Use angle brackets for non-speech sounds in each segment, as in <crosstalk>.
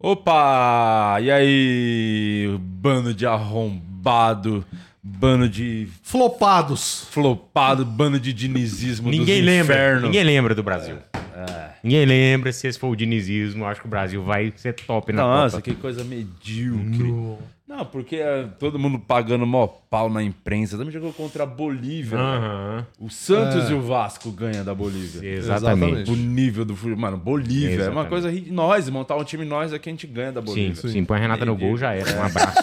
Opa! E aí, bando de arrombado, bando de Flopados. flopado, bando de dinizismo Ninguém dos lembra. infernos. É. Ninguém lembra do Brasil. Ninguém lembra. Se esse for o dinizismo, eu acho que o Brasil vai ser top na Nossa, Copa. que coisa medíocre. Não, porque é, todo mundo pagando mó pau na imprensa. Também jogou contra a Bolívia. né? Aham. O Santos e o Vasco ganham da Bolívia. Exatamente. O nível do futebol. Mano, Bolívia é uma Exatamente. coisa. ri- Nós, montar um time nós é que a gente ganha da Sim, Bolívia. sim, Põe a Renata no gol, já era. Um abraço.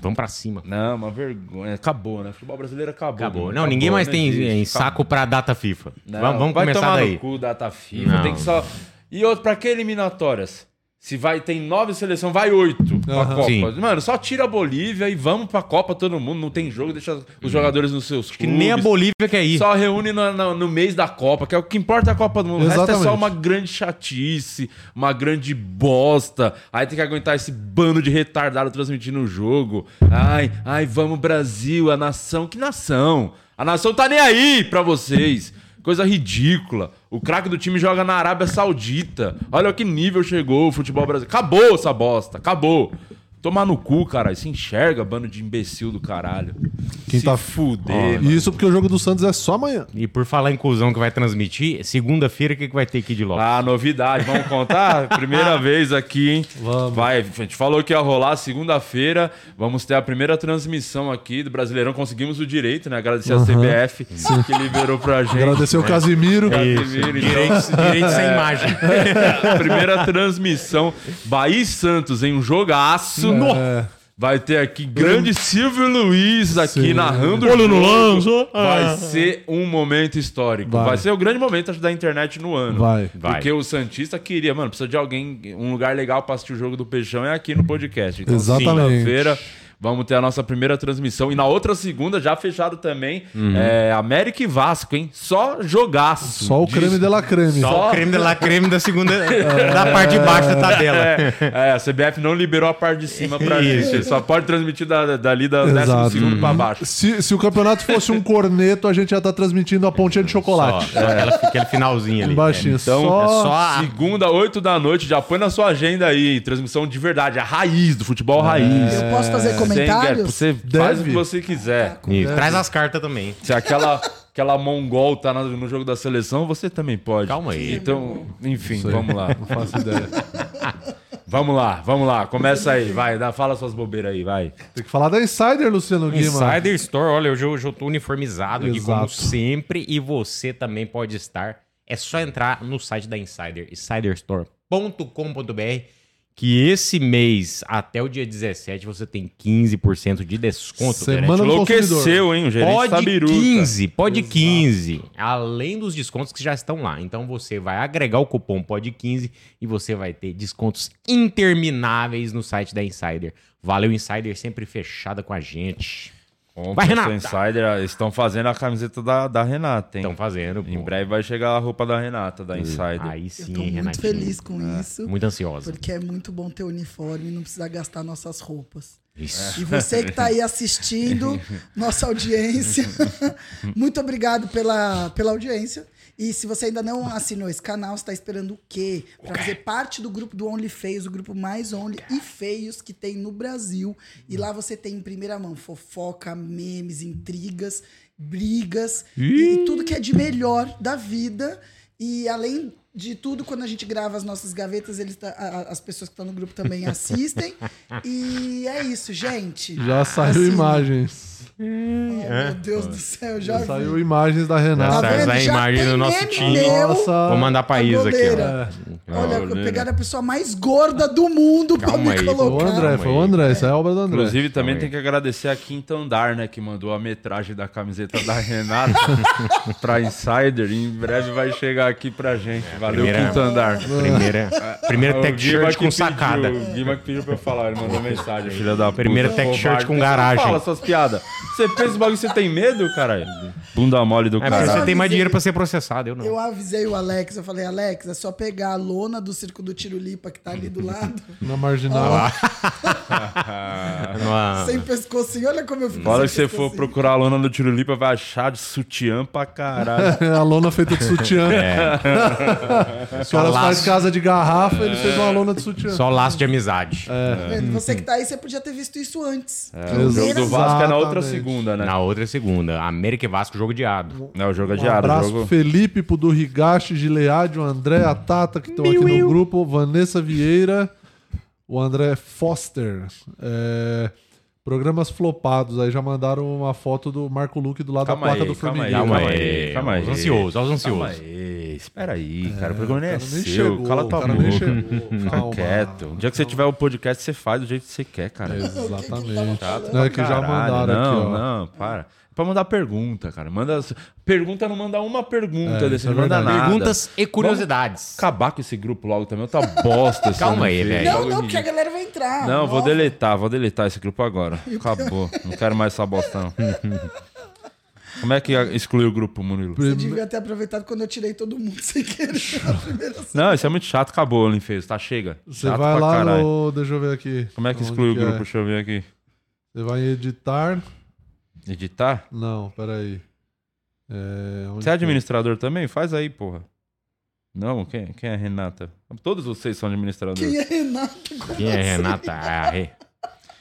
Vamos pra cima. Não, uma vergonha. Acabou, né? Futebol brasileiro acabou. Acabou. né? Não, ninguém mais tem existe. em saco pra data FIFA. Não, vamos vamos vai começar tomar daí. no cu data FIFA. Não. Tem que só. E outro, pra que eliminatórias? Se vai, tem nove seleção, vai oito pra Aham. Copa. Sim. Mano, só tira a Bolívia e vamos pra Copa todo mundo. Não tem jogo, deixa os jogadores nos seus Que nem a Bolívia quer ir. Só reúne no, no- no mês da Copa, que é o que importa é a Copa do Mundo. O resto é só Exatamente. uma grande chatice, uma grande bosta. Aí tem que aguentar esse bando de retardado transmitindo o jogo. Ai, ai, vamos Brasil, a nação. Que nação? A nação tá nem aí pra vocês. Coisa ridícula. O craque do time joga na Arábia Saudita. Olha que nível chegou o futebol brasileiro. Acabou essa bosta, acabou. Tomar no cu, caralho. Se enxerga, bando de imbecil do caralho. Quem Se tá- fuder, E isso porque o jogo do Santos é só amanhã. E por falar em cuzão que vai transmitir, segunda-feira o que, que vai ter aqui de Lopes? Ah, novidade, vamos <laughs> contar? Ah. Primeira vez aqui, hein? Vamos. Vai, a gente falou que ia rolar segunda-feira. Vamos ter a primeira transmissão aqui do Brasileirão. Conseguimos o direito, né? Agradecer a CBF que liberou pra gente. né? Agradecer o Casimiro. Casimiro, então. Direitos, direitos sem imagem. <laughs> Primeira transmissão. Bahia e Santos, em um jogaço. É. Nó! Vai ter aqui grande Silvio Luiz aqui Sim. narrando o jogo. Ah. Vai ser um momento histórico. Vai, Vai. ser o grande momento acho, da internet no ano. Vai. Porque o Santista queria, mano, precisa de alguém, um lugar legal pra assistir o jogo do Peixão é aqui no podcast. Então, Exatamente. segunda-feira vamos ter a nossa primeira transmissão. E na outra segunda, já fechado também, Uhum. é América e Vasco, hein? Só jogaço. Só o Disso- creme de la creme. Só o creme de la creme da segunda, da parte de baixo da tabela. É, a CBF não liberou a parte de cima pra Isso. gente. Só pode transmitir da, dali da Exato. 12 Hum. segundo pra baixo. Se, se o campeonato fosse um corneto, a gente já tá transmitindo a pontinha de Só, chocolate. só é. aquela, aquele finalzinho ali. Baixinho. Então, só... É só a... Segunda, 8 da noite, já põe na sua agenda aí. Transmissão de verdade, a raiz do futebol É. raiz. Eu posso fazer comentários? É, Você faz o que Deve. você quiser. Isso, Traz as cartas também. Se aquela, aquela mongol tá na- no jogo da seleção, você também pode. Calma aí. Então, enfim, vamos lá. Não faço ideia. <laughs> Vamos lá, vamos lá. Começa aí, vai. Dá, fala suas bobeiras aí, vai. Tem que falar da Insider, Luciano Guima. Insider Store, olha, hoje eu, hoje eu tô uniformizado aqui como Exato. sempre e você também pode estar. É só entrar no site da Insider, insiderstore.com.br, que esse mês até o dia 17 você tem 15% de desconto. Terete. Semana do Enlouqueceu, hein? O gerente Pode sabiruta. 15, pode 15. Além dos descontos que já estão lá. Então você vai agregar o cupom pode 15 e você vai ter descontos intermináveis no site da Insider. Valeu Insider sempre fechada com a gente. Ontem, Vai, os Renata. Insider estão fazendo a camiseta da, da Renata, hein? Estão fazendo. pô. Hum, em breve vai chegar a roupa da Renata, da Insider. Aí sim, Eu tô hein, muito Renatinho. É, feliz né? com isso. Muito ansiosa. Porque é muito bom ter uniforme e não precisar gastar nossas roupas. Isso. E você que está aí <laughs> assistindo, nossa audiência, muito obrigado pela, pela audiência. E se você ainda não assinou esse canal, você está esperando o quê? Para fazer parte do grupo do Only Feios, o grupo mais Only e Feios que tem no Brasil. E lá você tem em primeira mão fofoca, memes, intrigas, brigas e tudo que é de melhor da vida. E além de tudo, quando a gente grava as nossas gavetas, eles tá- a- a- as pessoas que estão no grupo <laughs> também assistem. e é isso, gente. Já saiu Assim, imagens. Oh, Hum. meu Deus do céu, já, Já vi. saiu imagens da É. Já Renata. saiu. Essa é a imagem tem do nosso meme time. meu. Tá Vou mandar pra a Isa aqui. ó. goleira. Olha, pegaram a pessoa mais gorda do mundo pra Calma me aí, Foi o colocar. André, foi o André. Isso aí é a obra do André. Inclusive, também tem que agradecer a Quinta Andar, né? Que mandou a metragem da camiseta da <laughs> Renata pra Insider. E em breve vai chegar aqui pra gente. Valeu, É, primeira- Quinta Andar. <laughs> É, Primeira, primeira O tech Guima shirt que com pediu, sacada. O Guima que pediu pra eu falar, ele mandou mensagem, filha da puta. Primeira tech shirt com Covarde. garagem. Fala suas piadas. Você pensa o bagulho, você tem medo, caralho? Bunda mole do É porque cara. você tem mais avisei. dinheiro pra ser processado, eu não. Eu avisei o Alex, eu falei, Alex, é só pegar a lona do circo do Tiro Lipa que tá ali do <laughs> lado, Na marginal. <laughs> Uma- sem pescocinho. Olha como eu fico. Na hora que sem você for assim. pescocinho. procurar a lona do Tirulipa, vai achar de sutiã pra caralho. É, <laughs> a lona feita de sutiã. É. Os Só caras laço. fazem casa de garrafa, É. eles fez uma lona de sutiã. É. Só laço de amizade. Tá vendo? Você que tá aí, você podia ter visto isso antes. É, O jogo do Vasco é na outra Exatamente. segunda, né? Na outra segunda. América e Vasco, jogo diado. Não, o jogo é Um diário. o abraço jogo... pro Felipe, pro Durrigaste, Gilead, o André, a Tata, que estão aqui no grupo, Vanessa Vieira, o André Foster. É, Programas flopados. Aí já mandaram uma foto do Marco Luque do lado da Calma placa aí, do calma aí, Formigueiro. Calma Calma aí. aí, calma aí. Os ansiosos, aos Calma ansiosos. aí, espera aí, cara. O programa nem é O cara nem seu. chegou, Cala o tua cara boca. nem chegou. Fica Calma. quieto. O dia que você tiver o podcast, você faz do jeito que você quer, cara. Exatamente. Chato Não, pra é que já caralho. mandaram não, aqui, ó. Não, para. É pra mandar pergunta, cara. Manda... Pergunta não manda uma pergunta É, desse, isso é não manda verdade. nada. Perguntas e curiosidades. Acabar com esse grupo logo também, tá <laughs> bosta. esse Calma ano aí, que velho. vem. Não, Logo não, em porque a dia. galera vai entrar. Não, vou Ah, Nossa. deletar, vou deletar esse grupo agora. Acabou. Não quero mais essa bosta, <laughs> não. Como é que exclui o grupo, Murilo? Você devia ter aproveitado quando eu tirei todo mundo <laughs> sem querer. na primeira semana. Não, isso é muito chato. Acabou, Linfez, tá? Chega. Você chato vai pra lá caralho. no. Deixa eu ver aqui. Como é que Onde exclui o grupo? é? Deixa eu ver aqui. Você vai editar. Editar? Não, peraí. É, onde Você é que- administrador também? Faz aí, porra. Não, quem, quem é a Renata? Todos vocês são administradores. Quem é Renato? Como Quem é assim? Renata? É a, Re-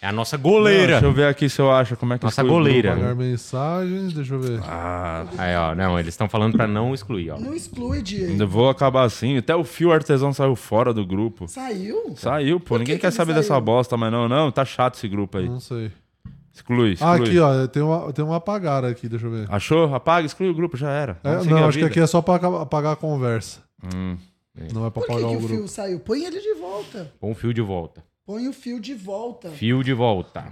é a nossa Não, goleira. Deixa eu ver aqui se eu acho como é que Nossa exclui o grupo. goleira. Pagar mensagens, deixa eu ver. Ah, Aí, ó. Não, eles estão falando pra não excluir, ó. Não exclui, Diego. ainda vou acabar assim. Até o fio artesão saiu fora do grupo. Saiu? Saiu, pô. Por que Ninguém que quer ele saber saiu? dessa bosta, mas não, não. Tá chato esse grupo aí. Não sei. Exclui, Ah, exclui. aqui, ó. Tem um tem uma apagar aqui, deixa eu ver. Achou? Apaga, exclui o grupo, já era. É, Vamos seguir não, a acho que vida. aqui é só pra aca- apagar a conversa. Hum. Não é Por pra que, que apagar o o grupo. fio saiu? Põe ele de volta. Põe o fio de volta. Põe o fio de volta. Fio de volta.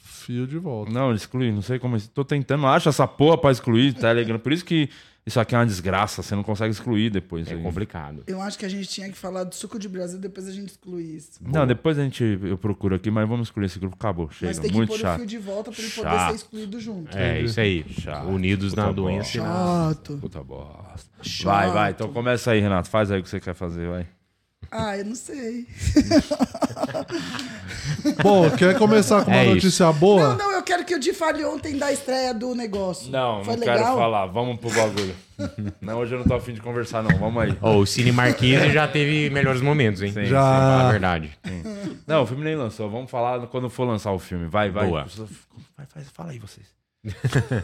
Fio de volta. Não, exclui, não sei como. Tô tentando, não acha essa porra pra excluir Telegram. Por isso que isso aqui é uma desgraça, você não consegue excluir depois. É aí. complicado. Eu acho que a gente tinha que falar do suco de Brasil, depois a gente exclui isso. Não, depois a gente eu procuro aqui, mas vamos excluir esse grupo, acabou, Mas chega. tem que Muito pôr o chato. fio de volta pra ele poder Chato. ser excluído junto. É, isso aí. Unidos na Puta doença e na... Chato. Puta bosta. Chato. Vai, vai, então começa aí, Renato. Faz aí o que você quer fazer, vai. Ah, eu não sei. Bom, quer começar com uma É isso. notícia boa? Não, não, eu quero que o Di fale ontem da estreia do negócio. Não, Foi não legal? quero falar. Vamos pro bagulho. <laughs> não, hoje eu não tô afim de conversar, não. Vamos aí. Ó, o Cine Marquise já teve melhores momentos, hein? Sim, Pra falar a já. verdade. Não, o filme nem lançou. Vamos falar quando for lançar o filme. Vai, vai. Boa. Vai, faz- fala aí vocês. <laughs>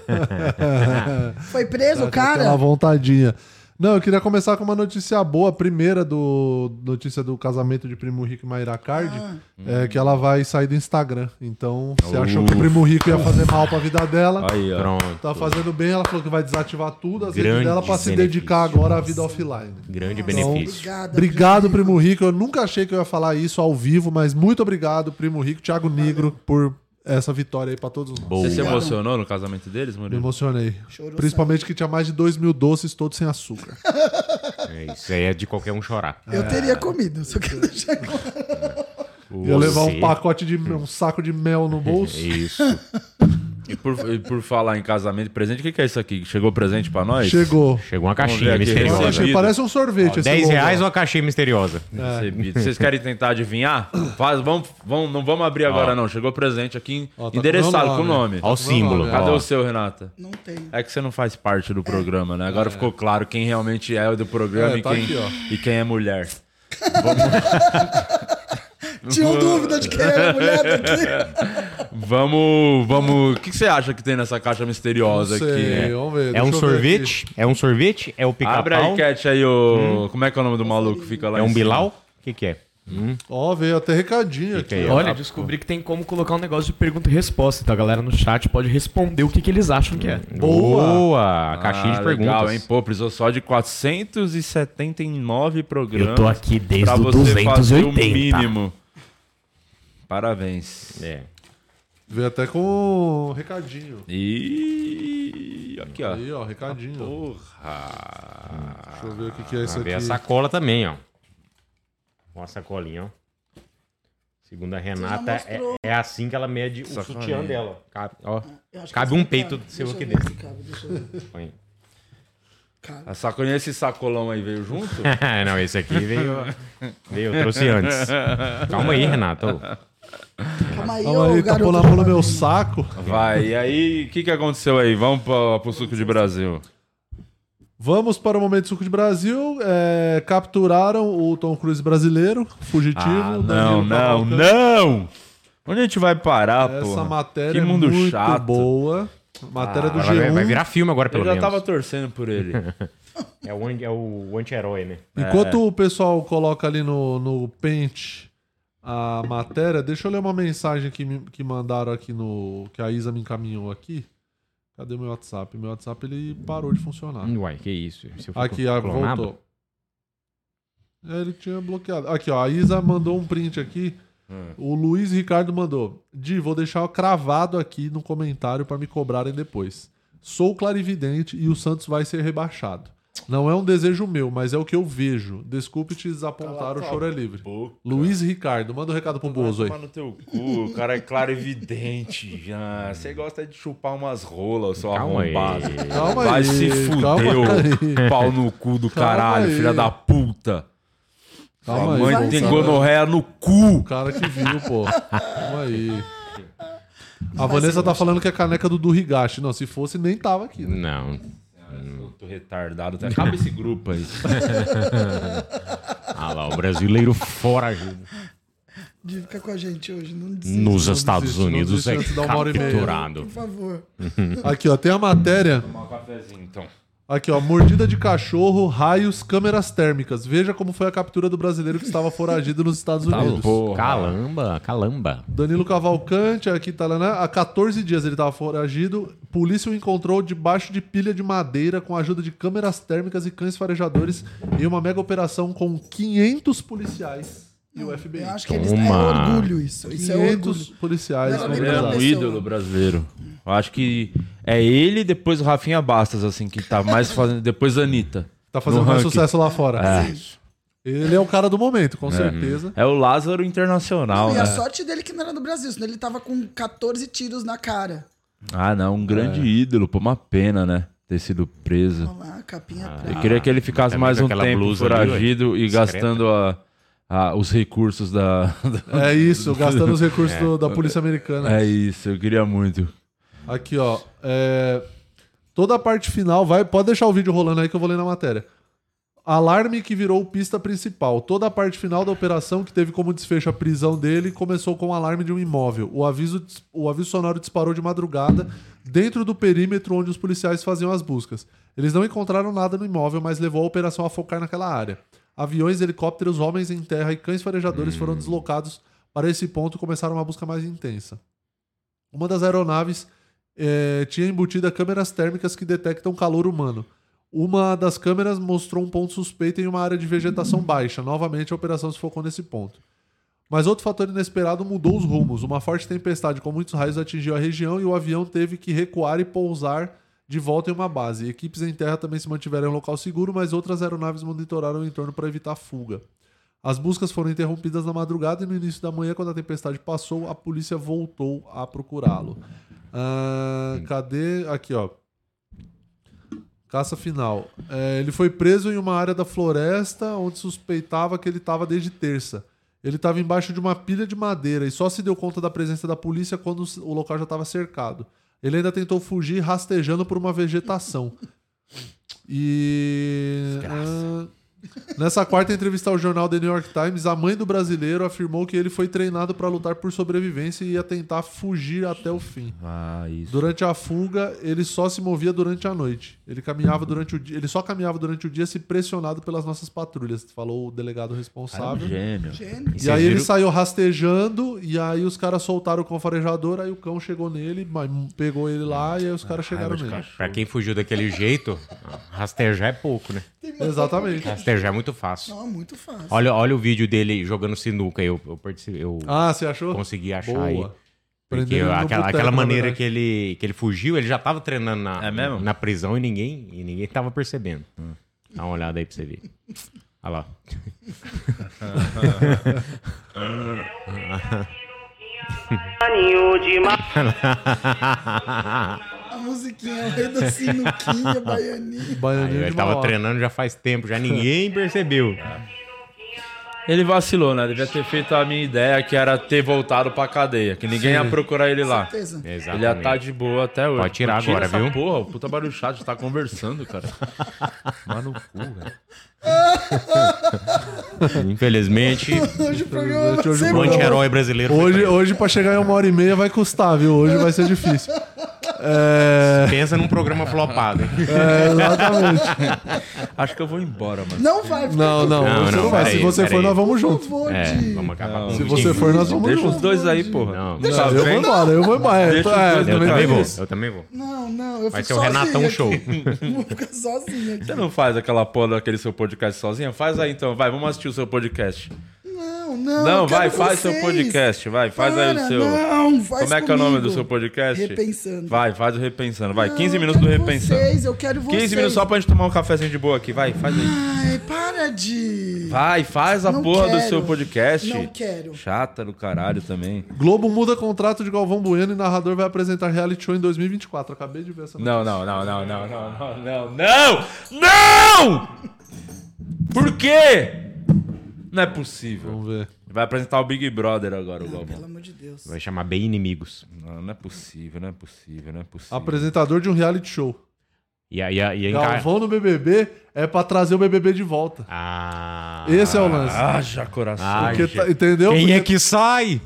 Foi preso o Tá, Aquela cara? vontadinha. Não, eu queria começar com uma notícia boa, a primeira do notícia do casamento de Primo Rico e Mayra Cardi, Ah. é que ela vai sair do Instagram. Então, você achou que o Primo Rico ia fazer mal pra vida dela, Aí, ó. Pronto. tá fazendo bem, ela falou que vai desativar tudo, as redes Grande dela pra se benefício. dedicar agora à vida offline. Grande Então, benefício. Obrigada. Obrigado, Primo Rico. Eu nunca achei que eu ia falar isso ao vivo, mas muito obrigado, Primo Rico, Thiago Negro, por essa vitória aí pra todos nós. Você Boa. se emocionou no casamento deles, Me Murilo? emocionei. Chorou, Principalmente que tinha mais de dois mil doces, todos sem açúcar. É, isso aí é de qualquer um chorar. Eu teria comido, só quero deixar claro. Ia levar Você- um pacote de um saco de mel no bolso. Isso. É E por, e por falar em casamento e presente, o que, que é isso aqui? Chegou presente pra nós? Chegou. Chegou uma Vamos ver caixinha aqui. Olha, misteriosa. Recebi. achei- parece um sorvete esse 10 logo. reais ou a caixinha misteriosa? Recebido. Vocês querem tentar adivinhar? Faz, vamos, vamos, não vamos abrir agora, não. Chegou presente aqui, Ó, tá com endereçado meu com o nome. nome. Olha o símbolo. Cadê ó. o seu, Renata? Não tem. É que você não faz parte do programa, né? Agora ficou claro quem realmente é o do programa É, e, tá quem, aqui, e quem é <laughs> mulher. Tinham dúvida de quem era a mulher daqui? <laughs> Vamos, vamos. O que, que você acha que tem nessa caixa misteriosa Não sei, aqui? vamos ver. É deixa um eu ver sorvete? É um sorvete? É o Abre a pica-pau? Hum? enquete aí, o. Como é que é o nome do maluco? Fica lá. É em um cima. bilau? O que que é? Hum? aqui. Ó, veio Tá até recadinho Que que aqui. é? Olha, descobri que tem como colocar um negócio de pergunta e resposta. Então a galera no chat pode responder o que, que eles acham que é. Hum, Boa. Boa! Caixinha Ah, de perguntas. legal, hein? Pô, precisou só de 479 programas. Eu tô aqui desde pra o você fazer o 280. mínimo. Parabéns. É. Veio até com um recadinho. E aqui, ó. Aí, ó, recadinho. Porra. Deixa eu ver o que que é isso Ah, aqui. Vem a sacola também, ó. Uma sacolinha, ó. Se Segundo a Você Renata, já é, mostrou. Ah, é assim que ela mede o Sacanagem. sutiã dela. Cabe, ó, Eu acho que cabe esse um aqui peito cabe. seu aqui Deixa eu ver dentro. se cabe, deixa eu ver. Põe. Cabe. A Tá sacolinha, esse sacolão aí veio junto? <laughs> Não, esse aqui veio. veio, eu trouxe antes. Calma aí, Renata. ô. Calma aí, Calma ô, aí, garoto tapou na mão no Jovem. meu saco. Vai, e aí, o que, que aconteceu aí? Vamos pra, pro suco de Brasil. Vamos para o momento suco de Brasil. É, capturaram o Tom Cruise brasileiro, fugitivo. Ah, não, Danilo não, Cavalcante. não! Onde a gente vai parar, pô? Essa matéria Que mundo é muito chato. boa. Matéria do Agora Ah, vai, G1. vai virar filme agora, Eu pelo já menos. tava torcendo por ele. <laughs> É o, an- é o anti-herói, né? Enquanto o pessoal coloca ali no, no Paint a matéria, deixa eu ler uma mensagem que, me- que mandaram aqui no. que a Isa me encaminhou aqui. Cadê meu WhatsApp? Meu WhatsApp ele parou de funcionar. Uai, que isso. Se eu for Aqui, ah, clonado- voltou. É, Ele tinha bloqueado. Aqui, ó. A Isa mandou um print aqui. É. O Luiz Ricardo mandou. Di, vou deixar cravado aqui no comentário pra me cobrarem depois. Sou clarividente e o Santos vai ser rebaixado. Não é um desejo meu, mas é o que eu vejo. Desculpe te desapontar, o choro é livre. Luiz Ricardo, manda um recado pro Bozo aí. Toma no teu cu, o cara é claro evidente. Ah, Você gosta de chupar umas rolas, seu Calma aí. arrombado. Calma Vai aí, se calma <laughs> fudeu, pau no cu do Calma caralho, aí. filha da puta. Calma a aí, mãe Bozo. tem gonorreia no cu. O cara que viu, pô. Calma aí. A Vanessa tá falando que é caneca do Durrigache. Não, se fosse, nem tava aqui, né? Não. Eu tô retardado. tá? Acaba esse grupo aí. <laughs> Ah lá, o brasileiro fora Di, Fica com a gente hoje, não desista, nos não Estados desiste, não Unidos é desiste antes da uma hora e meia. capturado. por favor. <laughs> <laughs> Aqui, ó, tem a matéria. Tomar um cafezinho, então. Aqui, ó, mordida de cachorro, raios, câmeras térmicas. Veja como foi a captura do brasileiro que estava foragido nos Estados Tá Unidos. louco. Porra. Calamba, calamba. Danilo Cavalcante, aqui tá lá, né? Há 14 dias ele estava foragido. Polícia o encontrou debaixo de pilha de madeira com a ajuda de câmeras térmicas e cães farejadores em uma mega operação com 500 policiais e o FBI. Eu acho que eles Toma. é orgulho isso. Isso é orgulho. 500 policiais. né? Não, Ele Primeira é mobilizados. um pessoa. ídolo brasileiro. Eu acho que é ele e depois o Rafinha Bastas, assim, que tá mais fazendo. Depois a Anitta. Tá fazendo No mais ranking. sucesso lá fora. Ele é o cara do momento, com certeza. É o Lázaro Internacional, e né? a sorte dele é que não era do Brasil, senão ele tava com 14 tiros na cara. Ah, não, um grande ídolo. Pô, uma pena, né? Ter sido preso. Olha lá, capinha Ah, Eu preta. queria que ele ficasse também mais com um É aquela tempo blusa ali, foragido e discreta. gastando a- a- os recursos da, da- É isso, gastando <laughs> os recursos do- da polícia americana. É isso, eu queria muito. Aqui, ó. é, Toda a parte final vai. Pode deixar o vídeo rolando aí que eu vou ler na matéria. Alarme que virou pista principal. Toda a parte final da operação, que teve como desfecho a prisão dele, começou com o alarme de um imóvel. O aviso, o aviso sonoro disparou de madrugada dentro do perímetro onde os policiais faziam as buscas. Eles não encontraram nada no imóvel, mas levou a operação a focar naquela área. Aviões, helicópteros, homens em terra e cães farejadores foram deslocados para esse ponto e começaram uma busca mais intensa. Uma das aeronaves eh, tinha embutida câmeras térmicas que detectam calor humano. Uma das câmeras mostrou um ponto suspeito em uma área de vegetação baixa. Novamente, a operação se focou nesse ponto. Mas outro fator inesperado mudou os rumos. Uma forte tempestade com muitos raios atingiu a região e o avião teve que recuar e pousar de volta em uma base. Equipes em terra também se mantiveram em um local seguro, mas outras aeronaves monitoraram o entorno para evitar fuga. As buscas foram interrompidas na madrugada e no início da manhã, quando a tempestade passou, a polícia voltou a procurá-lo. Ah, cadê? Aqui, ó. Caça final. É, ele foi preso em uma área da floresta onde suspeitava que ele estava desde terça. Ele estava embaixo de uma pilha de madeira e só se deu conta da presença da polícia quando o local já estava cercado. Ele ainda tentou fugir rastejando por uma vegetação. E. ah, Nessa quarta entrevista ao jornal The New York Times, a mãe do brasileiro afirmou que ele foi treinado para lutar por sobrevivência e ia tentar fugir até o fim. Ah, isso. Durante a fuga, ele só se movia durante a noite. Ele caminhava durante o dia, ele só caminhava durante o dia se pressionado pelas nossas patrulhas, falou o delegado Cara, é um responsável. gênio. Gênio. E aí ele saiu rastejando, e aí os caras soltaram o cão farejador, aí o cão chegou nele, mas pegou ele lá, e aí os caras chegaram nele. Pra quem fugiu daquele jeito, rastejar é pouco, né? Exatamente. Rastejar é muito fácil. Não, muito fácil. Olha, olha o vídeo dele jogando sinuca. Eu, eu, partici- eu Ah, você achou? consegui achar aí. Boa. Porque ele no aquela, boteco, aquela na maneira verdade. que ele, que ele fugiu, ele já tava treinando na, É mesmo? Hum. na prisão e ninguém, e ninguém tava percebendo. Dá uma olhada aí pra você ver. Olha lá. Maninho de ma... <laughs> A musiquinha, assim, o rei da sinuquinha, baianinho. Aí Baianinho ele de Mauá. tava treinando já faz tempo, já ninguém percebeu. Ele vacilou, né? Devia ter feito a minha ideia, que era ter voltado pra cadeia, que ninguém ia procurar ele lá. Certeza. Ele ia tá de boa até hoje. Pode tirar Pô, tira agora, essa viu? Porra, o puta barulho chato tá <laughs> conversando, cara. Mas no cu, velho. Infelizmente, <laughs> Hoje o programa Hoje vai o ser programa- bom. anti-herói brasileiro. foi Hoje, preso. hoje pra chegar em uma hora e meia vai custar, viu? Hoje vai ser <laughs> difícil. É, <laughs> Pensa num programa flopado. hein? é, exatamente. <laughs> Acho que eu vou embora, mano. Não vai, porque Não, não, Não, você não, não vai. Se peraí, você for, peraí. nós vamos eu junto. vou É, de... vamos acabar com Se o você Viking. for, nós vamos Deixa os junto. dois aí, porra. Não, Tá Não, eu vou vendo? embora, eu vou embora. Deixa os É, dois, também Eu também tem vou, isso. eu também vou. Não, não, eu Vai ser fico o Renatão sozinha <laughs> Show. aqui. Vou ficar sozinha aqui. Você não faz aquela porra daquele seu podcast sozinha? Faz aí então, vai, vamos assistir o seu podcast. Não, não. Não, eu vai, quero faz vocês. seu podcast, vai, faz aí Para, o seu. Não, faz Como é que é o nome do comigo. seu podcast? Repensando. Vai, faz o Repensando, vai, Não, 15 eu minutos do quero Repensando. Vocês, eu quero vocês. 15 minutos só pra gente tomar um cafezinho de boa aqui, vai, faz aí. Ai, para de. Vai, faz a Não porra do quero. seu podcast. Não quero. Chata do caralho também. Globo muda contrato de Galvão Bueno e narrador vai apresentar reality show em 2024. Acabei de ver essa Não, não, não, não, não, não, não, não, não! Não! Por quê? Não é possível. Vamos ver. Vai apresentar o Big Brother agora, o Galvão. Pelo amor de Deus. Vai chamar bem inimigos. Não, não é possível, não é possível, não é possível. Apresentador de um reality show. E aí, e aí, enca- Galvão no BBB é pra trazer o BBB de volta. Ah. Esse é o lance. Haja coração. Ai, Porque gente. tá- entendeu? Quem Porque- tá- é que sai?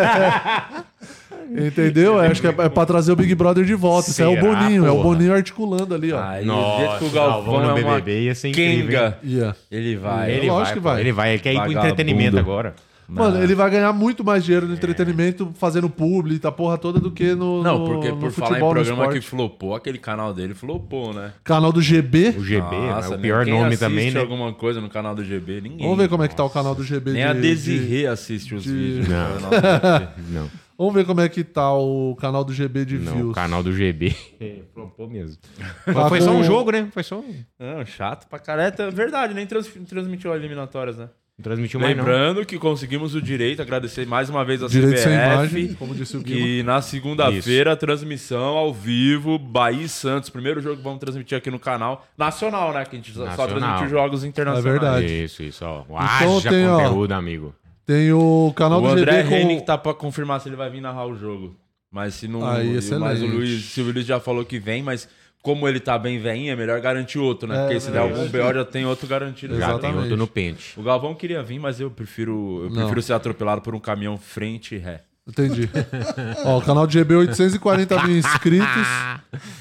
<laughs> Entendeu? É, acho que é, é pra trazer o Big Brother de volta. Isso é o Será, Boninho. É o porra? Boninho articulando ali, ó. Aí, Nossa, o jeito que o Galvão Galvão, no é uma BBB ia ser incrível, Kenga. Yeah. Ele vai. Ele- lógico que pô, vai. Ele vai, ele quer ir pro Vagabundo. entretenimento agora. <laughs> É. Mano, ele vai ganhar muito mais dinheiro no entretenimento, fazendo publi, tá porra toda, do que no. Não, no- porque no por falar em futebol, no programa que esporte. flopou, aquele canal dele flopou, né? Canal do GB. O GB, é Nossa, o né? pior Quem nome assiste também, né? alguma coisa no canal do GB? Ninguém. Vamos ver como é que tá o canal do GB. Nem de- a de- Desirê assiste os de- vídeos. né? <laughs> Não. do canal do GB. Não, Vamos ver como é que tá o canal do GB de não, views. o canal do GB. É, Flopou mesmo. Tá Mas foi só com- um jogo, né? Foi só. um- Não, chato pra careta. É verdade, nem trans- transmitiu as eliminatórias, né? Não transmitiu mais, não. Lembrando que conseguimos o direito, agradecer mais uma vez a Direito sem imagem, CBF. como disse o Guilherme. Que na segunda-feira, transmissão ao vivo, Bahia e Santos. Primeiro jogo que vamos transmitir aqui no canal. Nacional, né? Que a gente só- só Nacional. transmitiu jogos internacionais. É verdade. Então Isso, isso, ó. Haja tem, ó, conteúdo, amigo. Tem o canal O do André GB. Henning Com... tá pra confirmar se ele vai vir narrar o jogo. Mas se não. Aí, mas Ah, excelente. o Luiz, Silvio Luiz já falou que vem, mas como ele tá bem veinho, é melhor garantir outro, né? É, Porque se der verdade. algum BO já tem outro garantido. Já tem Exatamente. outro no pente. O Galvão queria vir, mas eu prefiro. Eu Não. prefiro ser atropelado por um caminhão frente e ré. Entendi. <laughs> Ó, o canal do GB, 840 mil inscritos.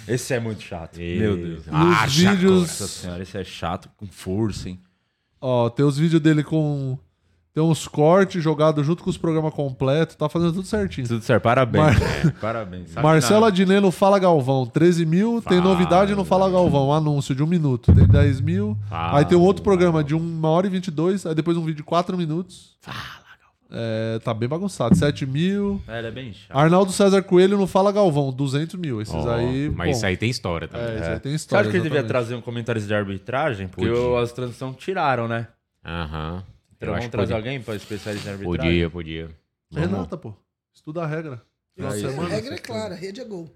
Esse é muito chato. E- Meu Deus. Nos Haja Nossa vídeos. senhora, esse é chato com força, hein? Ó, tem os vídeos dele com. Tem uns cortes jogados junto com os programas completos. Tá fazendo tudo certinho. Tudo certo, parabéns. É, <laughs> parabéns. Sabe Marcelo nada. Adnet no Fala Galvão, 13 mil. Tem novidade no Fala Galvão, um anúncio de um minuto. Tem 10 mil. Fala, aí tem um outro programa de 1 hora e 22. Aí depois um vídeo de 4 minutos. Fala, Galvão. É, tá bem bagunçado. 7 mil. É, ele é bem chato. Arnaldo César Coelho no Fala Galvão, 200 mil. Esses Ó, aí. mas bom, isso aí tem história também. É, isso aí tem Você história. acha que ele devia exatamente. trazer um comentarista de arbitragem? Porque Podia. o- as transições tiraram, né? Aham. Eu acho Então vamos que trazer podia. alguém pra especialista em Podia, arbitragem? podia. Renata, pô. Estuda a regra. Aí, Nossa, gente. A mano, regra é clara, rede é <laughs> gol.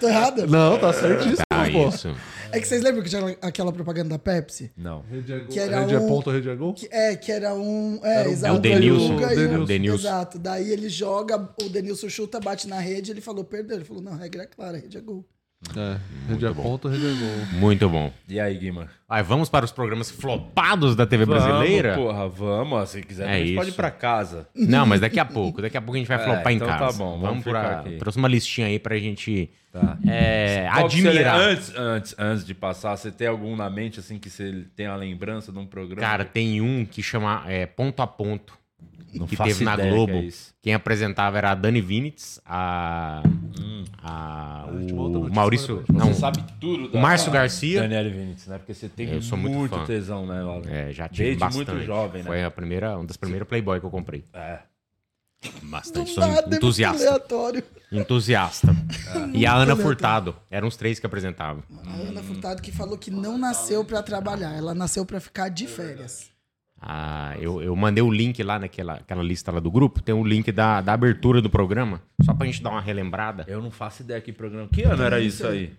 Tô errada? Não, tá certíssimo, Ah, pô. isso. É que vocês lembram que tinha aquela propaganda da Pepsi? Não. Rede é, gol. Que era Rede é um- ponto, rede é gol? Que- é, que era um. É, Era um exato. É o Denilson. ganhou, O ganhou. Denilson. O Denilson. Exato. Daí ele joga, o Denilson chuta, bate na rede, ele falou, perdeu. Ele falou, não, a regra é clara, a rede é gol. É, rede é ponto, rede é gol. Muito bom. E aí, Guima? Aí vamos para os programas flopados da TV brasileira? Vamos, porra, vamos. ó, Se quiser, É a gente isso. pode ir pra casa. Não, mas daqui a pouco. Daqui a pouco a gente vai <laughs> É, flopar em então tá casa. bom, vamos pra- ficar aqui. Trouxe uma listinha aí pra gente Tá. é, Qual que você admirar. lembra- Antes, antes, antes de passar, você tem algum na mente, assim, que você tem a lembrança de um programa? Cara, tem um que chama é, Ponto a Ponto, não que faço teve na ideia que Globo. é isso. Quem apresentava era a Dani Vinitz, a. Hum. Ah, a- última outra o notícia, Maurício. né? Não, Você sabe tudo o Márcio Garcia. Daniel Vinicius, né? Porque você tem Eu sou muito muito, fã. tesão nela. É, já tive Desde bastante. muito jovem, né? Foi a primeira, uma das primeiras Playboy que eu comprei. É. Bastante. Sou nada, é muito entusiasta. aleatório. Entusiasta. Ah. E a Ana Furtado. Eram os três que apresentavam. A Ana Furtado que falou que não nasceu pra trabalhar, ela nasceu pra ficar de <laughs> férias. Ah, eu, eu mandei o link lá naquela aquela lista lá do grupo. Tem o link da, da abertura do programa. Só pra gente dar uma relembrada. Eu não faço ideia que programa. Que ano era isso aí?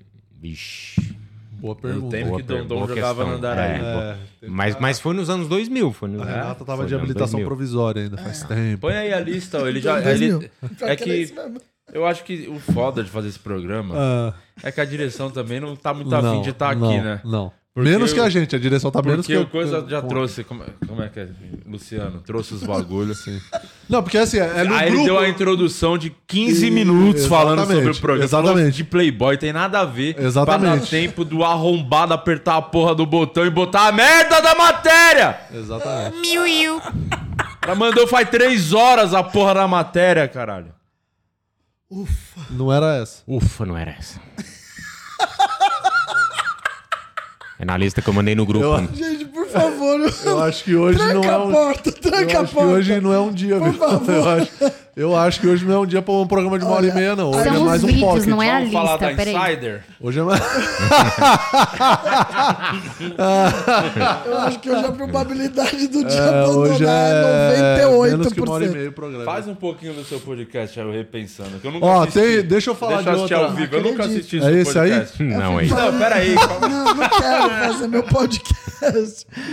Vixe. Boa No pergunta. tempo Boa que Dom Dom pergunta, boa jogava questão. na Andaraí. É. É, teve- Mas, mas foi nos anos 2000. Foi nos a Renata é, tava foi nos de anos habilitação 2000. provisória ainda, faz tempo. Põe aí a lista, ó, ele já. Então, Dois ele- É. mil. Pra é que era que isso mesmo? eu acho que o foda de fazer esse programa Ah, é que a direção também não tá muito afim de estar não, aqui, né? Não. Porque menos que eu- a gente, a direção tá menos que Porque eu- o Coisa já com- trouxe. Como, como é que é, Luciano? Trouxe <laughs> os bagulhos. Não, porque assim, é no Aí ele grupo. deu a introdução de 15 E- minutos falando exatamente, sobre o programa. Falou exatamente. De Playboy, tem nada a ver. Pra dar Exatamente. tempo do arrombado apertar a porra do botão e botar a merda da matéria! Exatamente. Ela mandou faz três horas a porra da matéria, caralho. Ufa. Não era essa. Ufa, não era essa. é na lista que eu mandei no grupo. Eu- Gente, por favor, Eu acho que hoje não tranca é a um. porta, tranca eu a acho que porta. hoje não é um dia, viu? <laughs> favor. Eu acho, eu acho que hoje não é um dia pra um programa de uma hora e meia, não. Hoje é São mais os um vídeos, pocket. não é a Vamos falar da lista, peraí. Insider? Hoje é mais. <laughs> Eu acho que hoje é a probabilidade do <laughs> dia É, hoje abandonar é, é. 98%. Menos que uma hora e meia o programa. Faz um pouquinho do seu podcast, aí eu repensando. Que eu nunca Ó, assisti. tem, deixa eu falar Deixa eu de assistir outra. ao vivo. Eu Acredito. nunca assisti É seu esse aí? podcast. Não, é isso. Não, peraí. calma. Não, eu não quero fazer meu podcast.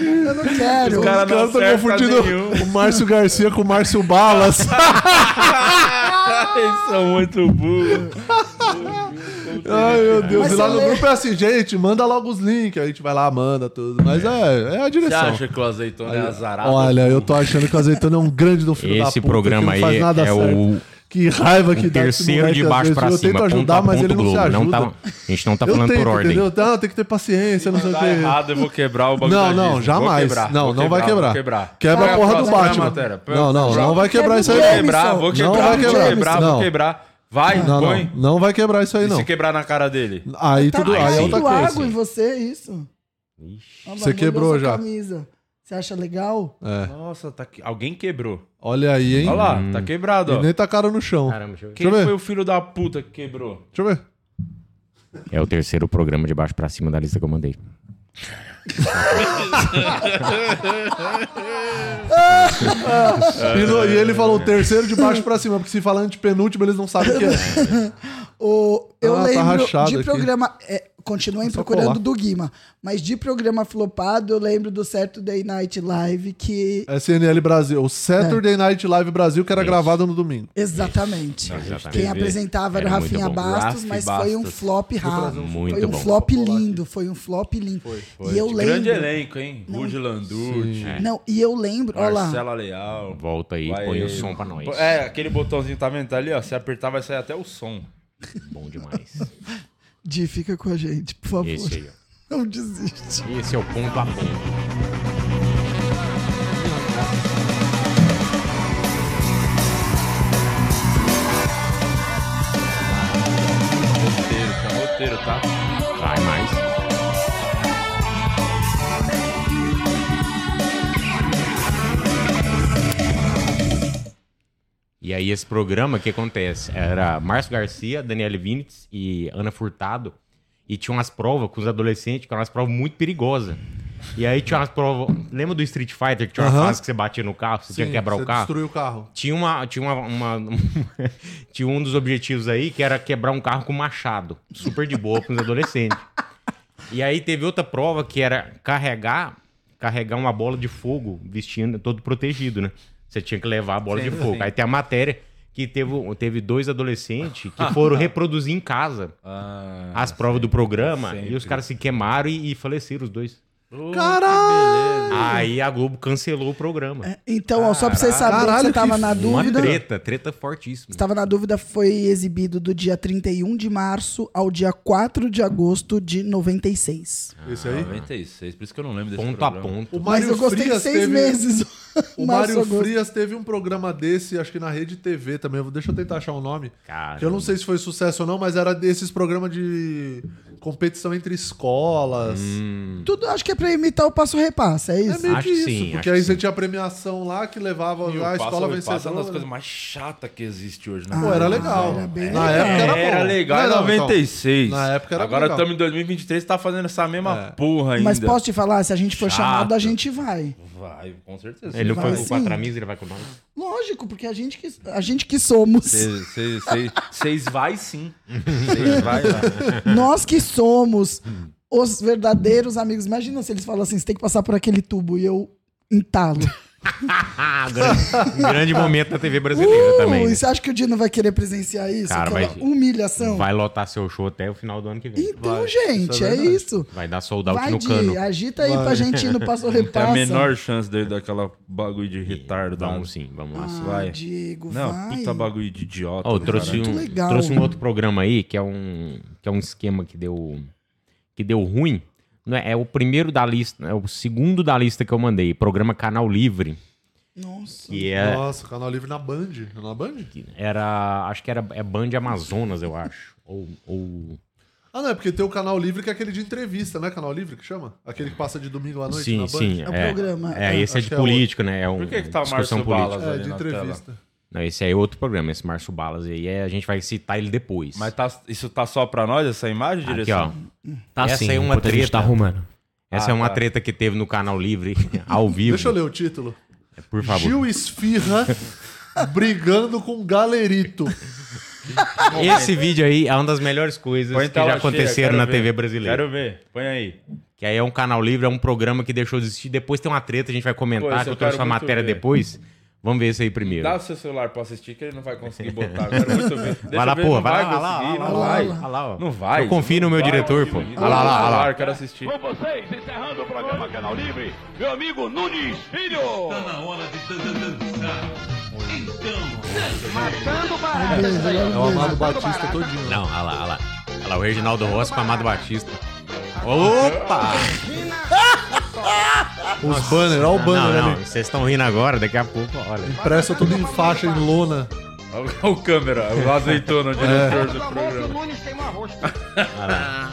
Eu não quero. Os caras Os caras não estão acertam confundindo nenhum. o Márcio Garcia com o Márcio Balas. <laughs> Eles é são muito burros. Ai, meu Deus. Mas e lá você no lê- grupo é assim, gente, manda logo os links. A gente vai lá, manda tudo. Mas é, é a Você direção. acha que o azeitona é azarado? Olha, eu tô achando que o Azeitona é um grande do filho da Esse puta, programa que não faz aí nada é certo. o um Que raiva que dá esse terceiro moleque, de às baixo vezes. pra Eu cima. tento ajudar, ponto a mas ponto ele não se Globo. ajuda. Não tá, a gente não tá eu falando tento, por ordem. entendeu? Não, tem que ter paciência, não sei o Tá que. errado, eu vou quebrar o bagulho Não, da não, Disney. Vou jamais. Não, vou não vai Vou quebrar. quebrar. Quebra Põe a porra do próxima Batman. matéria. Põe- Não, não, põe- não vai quebrar isso aí. Vou Jameson. não. quebrar, vou Não quebrar, vou vai quebrar. quebrar, Não. vou quebrar. Vai, Não, põe. não, não vai quebrar isso aí, E não. se quebrar na cara dele? Aí tudo, tá aí é sim. outra caindo coisa. água em você, é isso. Olha lá, Você molhou quebrou sua já. Camisa. Você acha legal? É. Nossa, tá que- alguém quebrou. Olha aí, hein? Hum. Olha lá, tá quebrado, E ó. nem tacaram no chão. Caramba, deixa eu ver. Quem deixa eu ver. foi o filho da puta que <laughs> quebrou? Deixa eu ver. É o terceiro programa de baixo pra cima da lista que eu mandei. <laughs> <laughs> é- E, no- e ele falou o terceiro de baixo pra cima, porque se falar antepenúltimo, eles não sabem o que é. <laughs> O, eu Ah, tá lembro rachado de aqui. programa. é, continuem Só procurando colar. do Guima. Mas de programa flopado, eu lembro do Saturday Night Live que. SNL Brasil. O É. Saturday Night Live Brasil, que era gravado no domingo. Exatamente. exatamente. Quem apresentava era o Era muito Rafinha bom. Bastos, Rafi mas foi um Bastos. flop rápido. Muito Foi um bom. flop lindo, foi um flop lindo. E eu Grande lembro. elenco, hein? Rude Landucci, Não, e eu lembro, olha lá. Marcela Leal. Volta aí, Vai põe aí. o som pra nós. É, aquele botãozinho tá vendo? Tá ali, ó. Se apertar, vai sair até o som. Bom demais. Di, fica com a gente, por favor. Esse aí, ó. <laughs> Não desiste. Esse é o ponto a ponto. Roteiro, tá? Roteiro, tá? Vai mais. E aí esse programa, o que acontece? Era Márcio Garcia, Daniele Vinitz e Ana Furtado. E tinha umas provas com os adolescentes, que eram umas provas muito perigosas. E aí tinha umas provas... Lembra do Street Fighter, que tinha uma Aham. fase que você batia no carro, você tinha que quebrar o carro? destruiu o carro. Tinha uma. Tinha, uma, uma- <laughs> tinha um dos objetivos aí que era quebrar um carro com machado. Super de boa para os adolescentes. E aí teve outra prova que era carregar carregar uma bola de fogo vestindo todo protegido, né? Você tinha que levar a bola de fogo. Aí tem a matéria que teve, um, teve dois adolescentes <laughs> Ah, que foram reproduzir em casa Ah, as provas do programa e os sempre. caras se queimaram e, e faleceram os dois. Caralho! Aí a Globo cancelou o programa. Então, ó, só pra vocês saberem que Caralho, você tava que na Uma dúvida. treta, treta fortíssima. Estava na dúvida, foi exibido do dia 31 de março ao dia 4 de agosto de 96. Esse Ah, aí? 96, por isso que eu não lembro desse Ponto a programa. ponto. O Mas Mário eu gostei de Frias seis teve- meses. <laughs> O Março, Mário agosto. Frias teve um programa desse, acho que na Rede TV também. eu vou- Deixa eu tentar achar o nome. Cara. Que eu não sei se foi sucesso ou não, mas era desses programas de competição entre escolas. Tudo acho que é pra imitar o passo repassa, é isso? meio Hum, Acho que que isso, sim, acho porque que aí você sim. tinha a premiação lá que levava E o lá, a Passa escola Olho Passa é uma das vencedora. coisas mais chatas que existe hoje né? na Pô, era legal. era bem na legal. época era bom. legal Não, não, em então, 96. na época era Agora legal. estamos em 2023 tá fazendo essa mesma É. porra ainda. Mas posso te falar, se a gente for Chato. chamado, a gente vai. Vai, com certeza. Ele não Vai foi sim. com quatro amigos, ele vai com nós. Lógico, porque a gente que, a gente que somos. Vocês <laughs> vai sim. Vocês vai lá. <laughs> Nós que somos os verdadeiros amigos. Imagina se eles falam assim: você tem que passar por aquele tubo e eu entalo. Ah, grande, <laughs> grande momento da TV brasileira também. Uh, né? e você acha que o Dino vai querer presenciar isso? Cara, Aquela vai- humilhação? Vai lotar seu show até o final do ano que vem. Então, Vai, gente, isso é é, verdade. isso. Vai dar sold out Vai, no Di, cano. agita aí Vai. pra gente ir no Passo Tem a Repassa. menor chance dele daquela bagulho de retardo. Vamos sim, vamos lá. sim. Ah, vai. Digo, Não, vai. puta bagulho de idiota. Ó, eu do trouxe caralho. Muito um, legal. trouxe um outro programa aí, que é um, que é um esquema que deu, que deu ruim. Não é, é o primeiro da lista, é o segundo da lista que eu mandei. Programa Canal Livre, Nossa. que é, Nossa, canal livre na Band. Na Band? era, acho que era é Band Amazonas, eu acho. Ou, ou- Ah, não, é porque tem o canal livre que é aquele de entrevista, não é canal livre que chama? Aquele que passa de domingo à noite na sim, Band? sim. É um programa, É, é. esse é Acho de que é político, né? É um, Por que que tá o discussão Márcio política. Balas? É, Ali de na entrevista. Não, esse aí é outro programa, esse Márcio Balas aí. É, a gente vai citar ele depois. Mas tá- isso tá só pra nós, essa imagem, Aqui, direção? ó. Hum. Tá Essa sim, é uma enquanto a gente treta. tá arrumando. Essa Ah, é uma tá. treta que teve no Canal Livre, <laughs> ao vivo. Deixa eu ler o título. Por favor. <laughs> Gil Esfirra brigando com Galerito. Esse vídeo aí é uma das melhores coisas Põe que tela já cheia, aconteceram quero na ver. TV brasileira. Quero ver. Põe aí. Que aí é um canal livre, é um programa que deixou de existir. Depois tem uma treta, a gente vai Pô, comentar, esse que eu eu trouxe quero a muito matéria ver. depois. Vamos ver isso aí primeiro. Dá o seu celular pra assistir que ele não vai conseguir botar. Eu Quero <laughs> muito ver. Deixa vai lá, eu ver, porra, não vai lá, vai vai lá, conseguir, vai lá, não vai vai. lá, vai lá, ó. Não vai. Eu confio no meu Não vai. diretor, pô. Olha lá, olha lá, olha lá. Celular, Quero assistir. É Com vocês, encerrando o programa Canal Livre, meu amigo Nunes Filho. Tá na hora de dan- dan- dançar. Então, Matando Beijo, baratas. É o Amado Batista todinho. Não, olha lá, olha lá. Olha lá, o Reginaldo Rossi com o Amado Batista. Opa! Os banners, olha o banner não, não, ali. vocês estão rindo agora, daqui a pouco, olha. Impressa tudo em faixa, em lona. Olha o câmera, é o <laughs> azeitona, É. o diretor do O programa. Nunes tem <laughs> um arroz. Olha lá.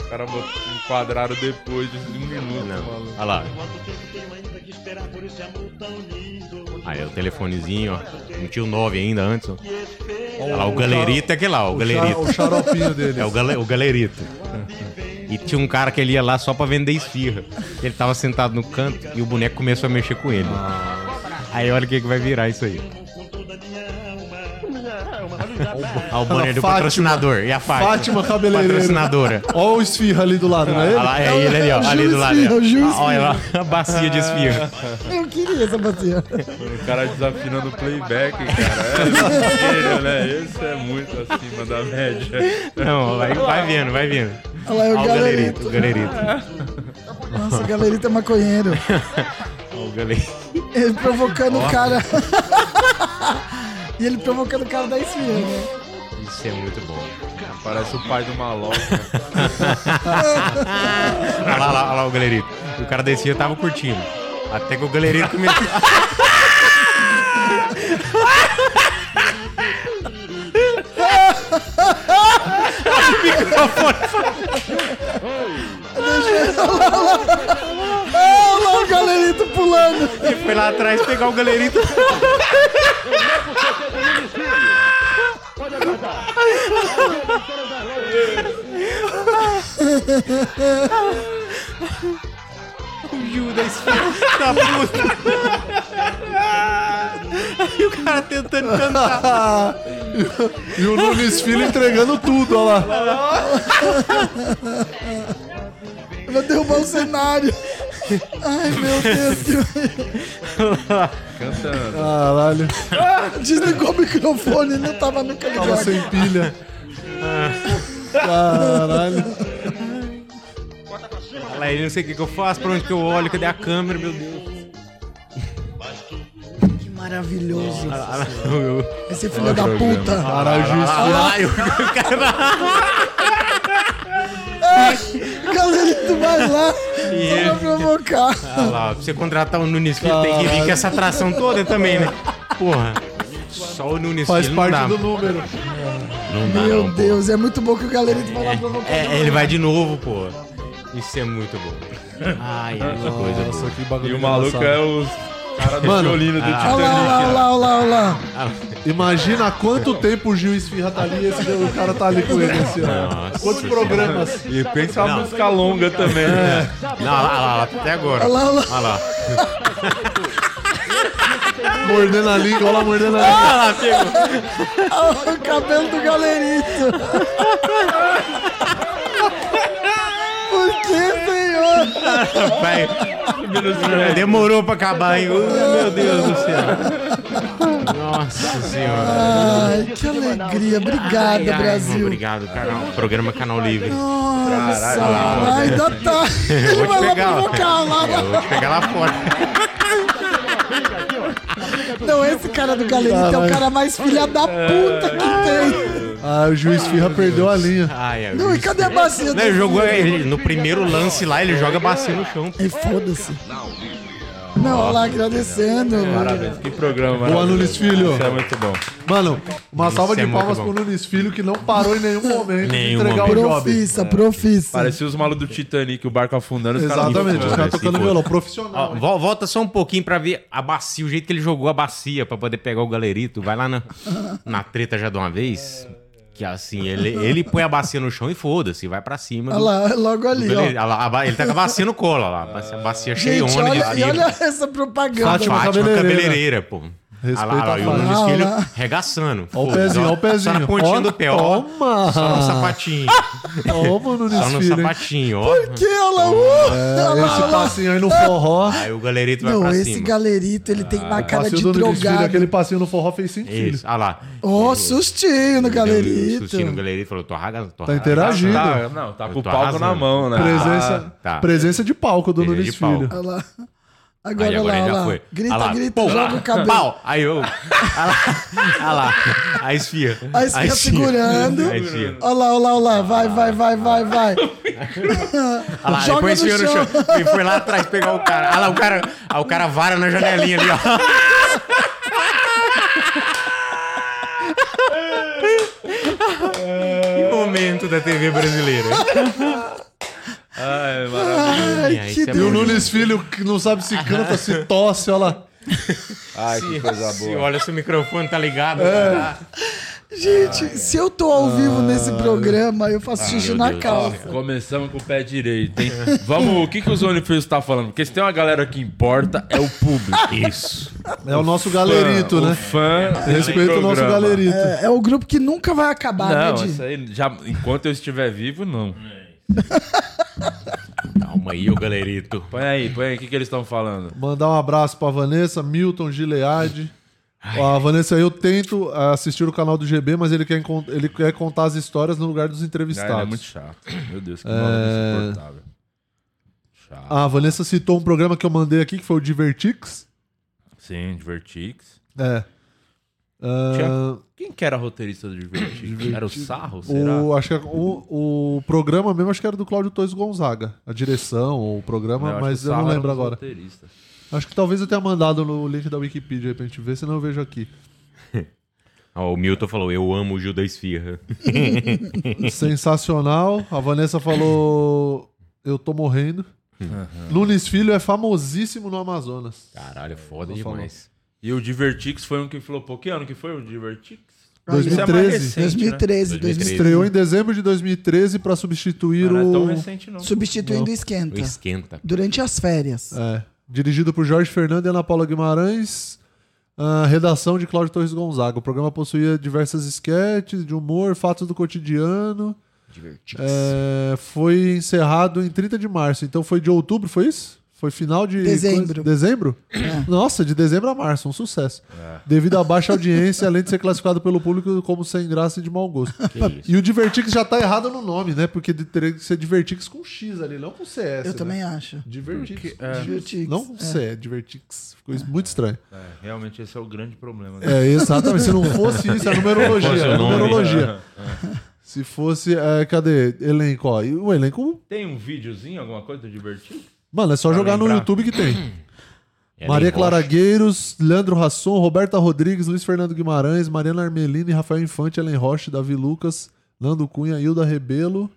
Os caras botaram- enquadraram um depois de um minuto. Não, maluco. olha lá. quanto tempo tenho ainda que esperar por esse amor tão lindo? Aí o telefonezinho, ó. Não tinha o 9 ainda antes, ó. Que espera Olha lá, o galerito é aquele lá, o O, cha- galerito. o xaropinho <laughs> dele. É o, gale- o galerito. vem E tinha um cara que ele ia lá só pra vender esfirra. Ele tava sentado no canto e o boneco começou a mexer com ele. Aí olha o que, que vai virar isso aí. com toda a minha alma. Olha o banner é do Fátima. patrocinador. E a Fátima. Fátima cabeleireira. Patrocinadora. Olha o Esfirra ali do lado, não é Olha ele? lá, é ele ali, ó. Júlio Ali do lado. Esfirra, Júlio ó. Ah, Olha lá, a bacia de esfirra. <laughs> Eu queria essa bacia. O cara desafinando o playback, cara. É, dinheiro, né? Esse é muito acima da média. Não, vai, vai vendo, vai vendo. Olha lá, é Olha o o galerito, galerito. o galerito. Nossa, o galerito é maconheiro. Olha o galerito. Ele provocando o cara. <laughs> e ele provocando o cara da esfirra, né? Isso é muito bom. Parece o pai do né? maloca. Olha lá, olha lá, olha lá o galerito. E o cara descia e tava curtindo. Até que o galerito começou. Olha lá o galerito pulando. Ele foi lá atrás pegar o galerito. O Judas tá puto. E o cara tentando cantar. E o Nunes Filho entregando tudo, Ah, olha lá. <laughs> Vai derrubar o cenário. Ai, meu Deus. que- Cantando. Caralho, <laughs> Desligou o microfone, não tava nunca tava ligado. sem pilha. Caralho. Fala aí, não sei o que, que eu faço, pra onde que eu olho, cadê a câmera, meu Deus. Que <laughs> maravilhoso. Olha Esse filho da puta. Caralho, Gil lá, e o cara- Galerito vai lá Yeah. pra provocar. Olha lá, pra você contratar o Nunes Filho, tem que vir com essa atração toda também, né? Porra. Só o Nunes Faz Filho parte não dá. do número. Não dá, Meu não, pô. <laughs> Deus, é muito bom que o galerito vai lá provocar. É, ele vai de novo, pô. Isso é muito bom. Ai, <laughs> Nossa, que bagulho. E o maluco é engraçado. o cara do Mano, violino ah. do Olha lá, olha Titanic. lá, olha lá, olha lá. Imagina há quanto tempo o Gil Esfirra tá ali e esse, o cara tá ali com ele assim, ó. Nossa Quantos Senhora. programas? E pensa uma Não. É. música longa também. né? Não, olha lá, olha lá, até agora. Olha lá, olha lá. Olha lá. Mordendo a língua, olha lá, mordendo a língua. Olha Ah, o cabelo do galerito. Por que, senhor? Vai. Demorou pra acabar, hein? Uh, meu Deus do céu. Nossa senhora. Ai, Ah, que alegria. Ai, Obrigada, ai, Brasil. Obrigado, canal. Programa Canal Livre. Nossa, ainda <laughs> tá. Ele Vou vai te lá pegar, ó. É, provocar lá. Eu vou te pegar lá fora. Não, esse cara do galerito é o cara mais filha da puta que tem. Ah, o Gil Esfirra perdeu a linha. Ai, é ai. Não, e cadê a bacia Não, ele do Né, jogou, ele- no primeiro lance lá, ele joga bacia no chão. E foda-se. Não, olha lá, agradecendo. Parabéns, que programa. Boa, maravilhoso. Nunes Filho. Isso é muito bom. Mano, uma Isso salva é de muito palmas bom. pro Nunes Filho que não parou em nenhum momento Nenhum de entregar momento. o job. É. Profissa, profissa. Parecia os malos do Titanic, o barco afundando. os caras- né? Exatamente, os Foda-se, caras tocando foda-se. violão, assim, Ó, profissional. hein? vo- volta só um pouquinho pra ver a bacia, o jeito que ele jogou a bacia pra poder pegar o galerito. Vai lá na, na treta já de uma vez. Que assim, ele, ele põe a bacia no chão e foda-se, vai pra cima. Olha do- lá, logo do ali, galerito. ó. Olha lá, a ba- ele tá com a bacia no colo, olha lá. A bacia- a bacia cheia Gente, de olha, e fibra. olha essa propaganda. Fátima Fátima, Cabeleireira. cabeleireira, pô. Respeita Olha lá, olha lá, e a o Nunes Fátima. Filho Olha lá. regaçando. Ó o Foda-se, pezinho, ó o Só pezinho. na pontinha Ó, do pé, ó. Ah. toma. Só no sapatinho. Toma, o só Nunes no Filho. hein? sapatinho, ó. Que olha lá, uh, É, olha lá, esse olha lá. passinho aí no forró. Ah, Aí o galerito vai Não, pra esse cima. galerito, ele tem uma cara Passinho de do Nunes Filho, drogado. aquele passinho no forró fez cinco filhos. Isso, olha lá. Ó, sustinho no galerito. Sushi no galerito falou, tô arrasando. tô Tá arrasando. interagindo. Tá, não, tá Eu com o tô palco arrasando. na mão, né? Presença, tá. presença de palco do Presença Nunes de palco. Filho. Olha lá. Agora, Aí olha agora lá, ele olha já lá. foi. Grita, Olha lá, <laughs> grita, pau, joga lá, o cabelo. Pau. Aí eu. Olha lá. Olha lá. Aí esfia. Aí fica segurando. Aí esfia. Olha lá, olha lá, olha lá. Vai, vai, vai, vai, vai. Olha lá, <laughs> Joga depois no esfia no chão. chão. E foi lá atrás pegar o cara. Olha lá, o cara. Aí o cara vara na janelinha ali, ó. <laughs> Que momento da TV brasileira. Ai, maravilha. Ai, Aí que é você E o Deus. Nunes Filho que não sabe se canta, se tosse, olha lá. Ai, que coisa Se boa. É. olha se o microfone tá ligado. tá? É. Gente, se eu tô ao vivo nesse programa, eu Ah, faço xixi meu na Deus do calça. Começamos com o pé direito, hein? Vamos, o que, que o Zone Filhos tá falando? Porque se tem uma galera que importa, é o público. Isso. É o nosso galerito, Fã, né? O fã. Respeita o nosso galerito. É, é o grupo que nunca vai acabar, Não, é né, Di? isso aí, já, enquanto eu estiver vivo, não. <laughs> Calma aí, ô galerito. Põe aí, põe aí, o que, que eles estão falando? Mandar um abraço pra Vanessa, Milton Gileade. Ó, a Vanessa, eu tento ah, assistir o canal do GB, mas ele quer, encon- ele quer contar as histórias no lugar dos Ah, entrevistados. ele é muito chato. Meu Deus, É. que maluco insuportável. Chato. A Vanessa citou um programa que eu mandei aqui, que foi o Divertix. Sim, Divertix. É. Ah, Quem que era roteirista do Divertix? Era o Sarro, será? o, acho que é o, o programa mesmo, acho que era do Cláudio Torres Gonzaga. A direção, ou o programa, acho mas que o eu não Sarro era lembro um agora. roteirista. Acho que talvez eu tenha mandado no link da Wikipedia aí pra gente ver, senão eu vejo aqui. <laughs> Ó, o Milton falou, eu amo o Gil da <laughs> Esfirra. Sensacional. A Vanessa falou: Eu tô morrendo. Nunes Filho é famosíssimo no Amazonas. É, Caralho, foda Vou falar. demais. E o Divertix foi um que flopou. Que ano que foi o Divertix? Olha, Isso é mais 2013. recente, né? 2013, 2013. Estreou em dezembro de 2013 pra substituir Não é tão o. recente, não. Substituindo o O esquenta. esquenta. Durante as férias. É. Dirigido por Jorge Fernando e Ana Paula Guimarães. a redação de Cláudio Torres Gonzaga. O programa possuía diversas esquetes de humor, fatos do cotidiano. Divertido. É, foi encerrado em 30 de março. Então foi de outubro, foi isso? Foi final de. Dezembro. Dezembro? É. Nossa, de dezembro a março, um sucesso. É. Devido à baixa audiência, além de ser classificado pelo público como sem graça e de mau gosto. E o Divertix já tá errado no nome, né? Porque de- teria que ser Divertix com X ali, não com CS. eu né? também acho. Divertix. é, é. Divertix, Não com C, é Divertix. Ficou isso muito estranho. É, realmente esse é o grande problema. né? É, exatamente. Se não fosse isso, é numerologia. Fosse o é nome. numerologia. É. Se fosse. é, cadê? Elenco, ó. E O elenco Tem um videozinho, alguma coisa do Divertix? Mano, é só jogar no lembrar. É YouTube que <clears throat> tem. Maria Claragueiros, Leandro Rasson, Roberta Rodrigues, Luiz Fernando Guimarães, Mariana Armelini, Rafael Infante, Ellen Roche, Davi Lucas, Nando Cunha, Hilda Rebelo,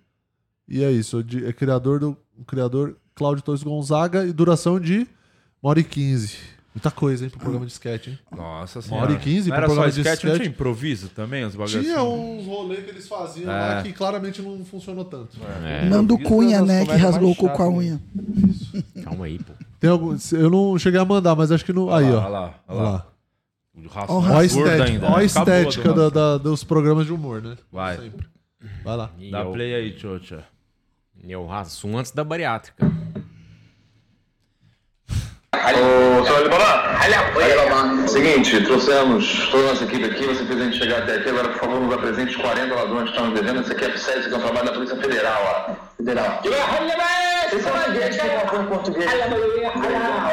E é isso. de- É criador do o criador Cláudio Torres Gonzaga e duração de 1 hora e 15. Muita coisa, hein, pro programa de sketch, hein? Nossa Uma senhora. hora e quinze Não pro era só programa de sketch, não sketch. tinha improviso também? Os bagulhos Tinha assim? uns rolês que eles faziam É. lá que claramente não funcionou tanto. Nando Isso Cunha, é uma né? das Que rasgou o conversas cu mais com a chatas, unha. Calma aí, pô. Tem algum, eu não cheguei a mandar, mas acho que não. Aí, Olha ó. lá, olha Olha lá. lá. O raço Ó o tá Ó a gordo estética, ó a Acabou do estética da- raço. da- dos programas de humor, né? Vai. Sempre. Vai lá. E Dá eu- play aí, Tchotcha. Eu raço antes da bariátrica. Ô, seu Alibaba, Alibaba, seguinte, trouxemos toda a nossa equipe aqui, você fez a gente chegar até aqui, agora por favor nos apresente os 40 ladrões que estão nos devendo, isso aqui é sério, isso aqui é um trabalho da Polícia Federal, ó. é Federal. Vocês são estudantes é que falam português.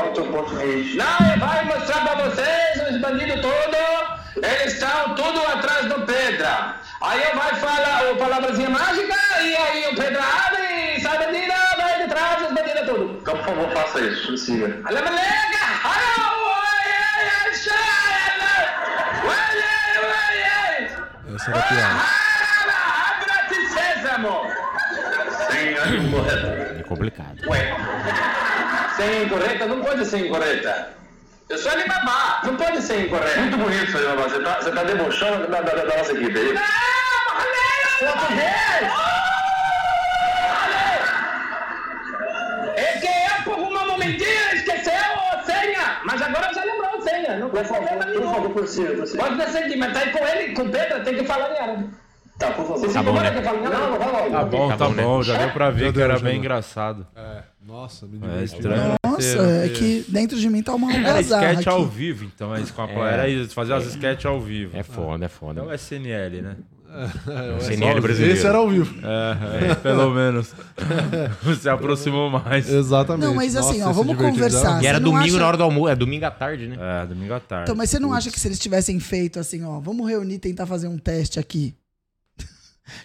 Alto português. Não, vai mostrar pra vocês, os bandidos todos, eles estão tudo atrás do Pedra. Aí eu vai falar o palavrazinha mágica, e aí o Pedra abre, e sai bandida, vai de trás, os bandidos tudo. Então, por favor, faça isso, me siga. Olha, moleque! Olha, oi, ai, ai, chora! Olha, oi, ai! Essa era a piada. Abra-te, sésamo! Sim, acho incorreto. É complicado. Ué, Sem incorreta, não pode ser incorreta. eu sou Alibaba, não pode ser incorreto. Muito bonito, seu Alibaba, você tá, você tá debochando da, da- da nossa equipe aí. Não, Romero! É que eu, por um momentinho, esqueceu a senha. Mas agora já lembrou a senha. Não tem Por favor, problema por favor, nenhum. por si, por si. Pode decidir, mas tá aí com ele, com o Pedro, tem que falar em árabe. Tá, por favor. Se bom, manda né? que fala em árabe. Não, vai logo. Tá bom, tá, Tá bom, bom, né? já deu pra ver que deu, era já bem deu. engraçado. É, nossa, me É diverti. estranho. Nossa, é que dentro de mim tá uma Era algazarra sketch ao aqui. vivo, então. É isso, com a plateia. Era isso, fazer umas sketch ao vivo. É foda, é É o foda. SNL, né? É, CNL só- brasileiro. Esse era ao vivo. É, <laughs> pelo menos. <laughs> Você aproximou mais. Exatamente. Não, mas assim, ó, esse vamos divertido, conversar. E era Você não domingo acha- na hora do almoço. É domingo à tarde, né? É, domingo à tarde. Então, mas você não acha que se eles tivessem feito assim, ó, vamos reunir e tentar fazer um teste aqui? <laughs>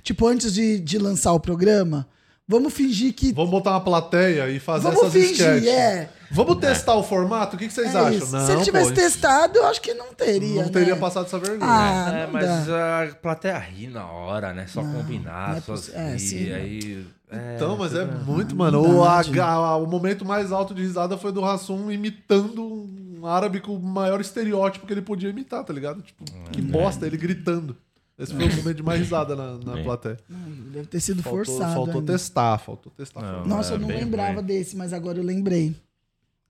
tipo, antes de, de lançar o programa, vamos fingir que. Vamos botar uma plateia e fazer Vamos essas fingir, sketches. é. Vamos testar o formato? O que, que vocês É acham? isso. se ele tivesse pô, testado, eu acho que não teria. Não teria né? passado essa vergonha. Ah, É, não mas dá. a plateia ri na hora, né? Só combinar, não é só possi- rir, é, sim. aí... é, Então, mas é muito, mano. O, H- o momento mais alto de risada foi do Rassum imitando um árabe com o maior estereótipo que ele podia imitar, tá ligado? Tipo, É. que bosta, ele gritando. Esse foi o momento de mais risada na, É. na plateia. Deve ter sido Faltou, forçado. faltou ainda. testar, faltou testar. Não, Nossa, é eu não bem lembrava ruim. desse, mas agora eu lembrei.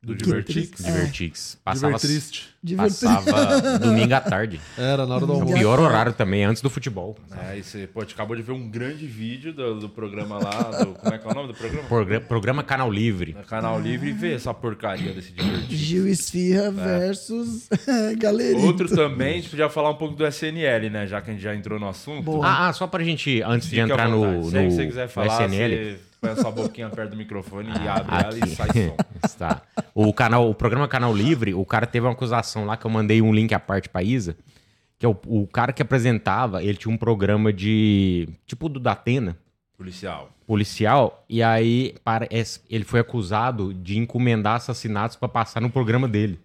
Do Que Divertix. triste. É, Divertix. Passava, Divertriste. divertido. passava domingo à tarde. Era, na hora do É o almoço. pior horário também, antes do futebol. É, e você, pô, a gente acabou de ver um grande vídeo do, do programa lá, <laughs> do, como é que é o nome do programa? Programa, programa Canal Livre. No Canal Livre e vê essa porcaria desse Divertix. É, Gil Esfirra versus <laughs> Galeria. É. Outro também, a gente podia falar um pouco do SNL, né? Já que a gente já entrou no assunto. Boa. Ah, ah, só pra gente, antes Fique à de entrar no, vontade. no, Se é que você quiser no falar, SNL. você põe a sua boquinha perto do microfone e abre ela Ah, Aqui. e sai som. <laughs> Está. O canal, o programa Canal Livre, o cara teve uma acusação lá que eu mandei um link à parte pra Isa, que é o, o cara que apresentava, ele tinha um programa de tipo do Datena, Policial. policial, e aí parece, ele foi acusado de encomendar assassinatos pra passar no programa dele.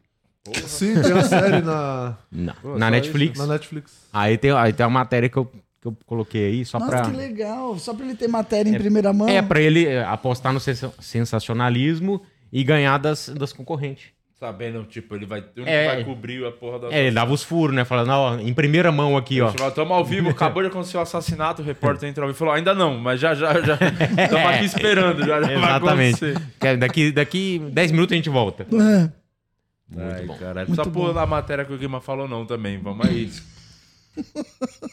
Sim, tem uma série na, Não. Pô, só na Netflix. na Netflix. Aí tem, aí tem uma matéria que eu, que eu coloquei aí só Nossa, pra. que legal. Só pra ele ter matéria em primeira mão. É, pra ele é, apostar no sensa- sensacionalismo e ganhar das, das concorrentes. Sabendo, tipo, ele vai, o único É. que vai cobrir a porra da. É, ele dava os furos, né? Falando, ó, em primeira mão aqui, ó. Estamos ao vivo, acabou de acontecer o assassinato, o repórter entrou ao vivo e falou: ainda não, mas já, já, <laughs> já. Estamos aqui esperando, já, já vai Exatamente. acontecer. Que é, Daqui, daqui 10 minutos a gente volta. É. Muito Ai, bom. Caralho. Muito Precisa bom. pôr na matéria que o Guima falou, não, também. Vamos aí.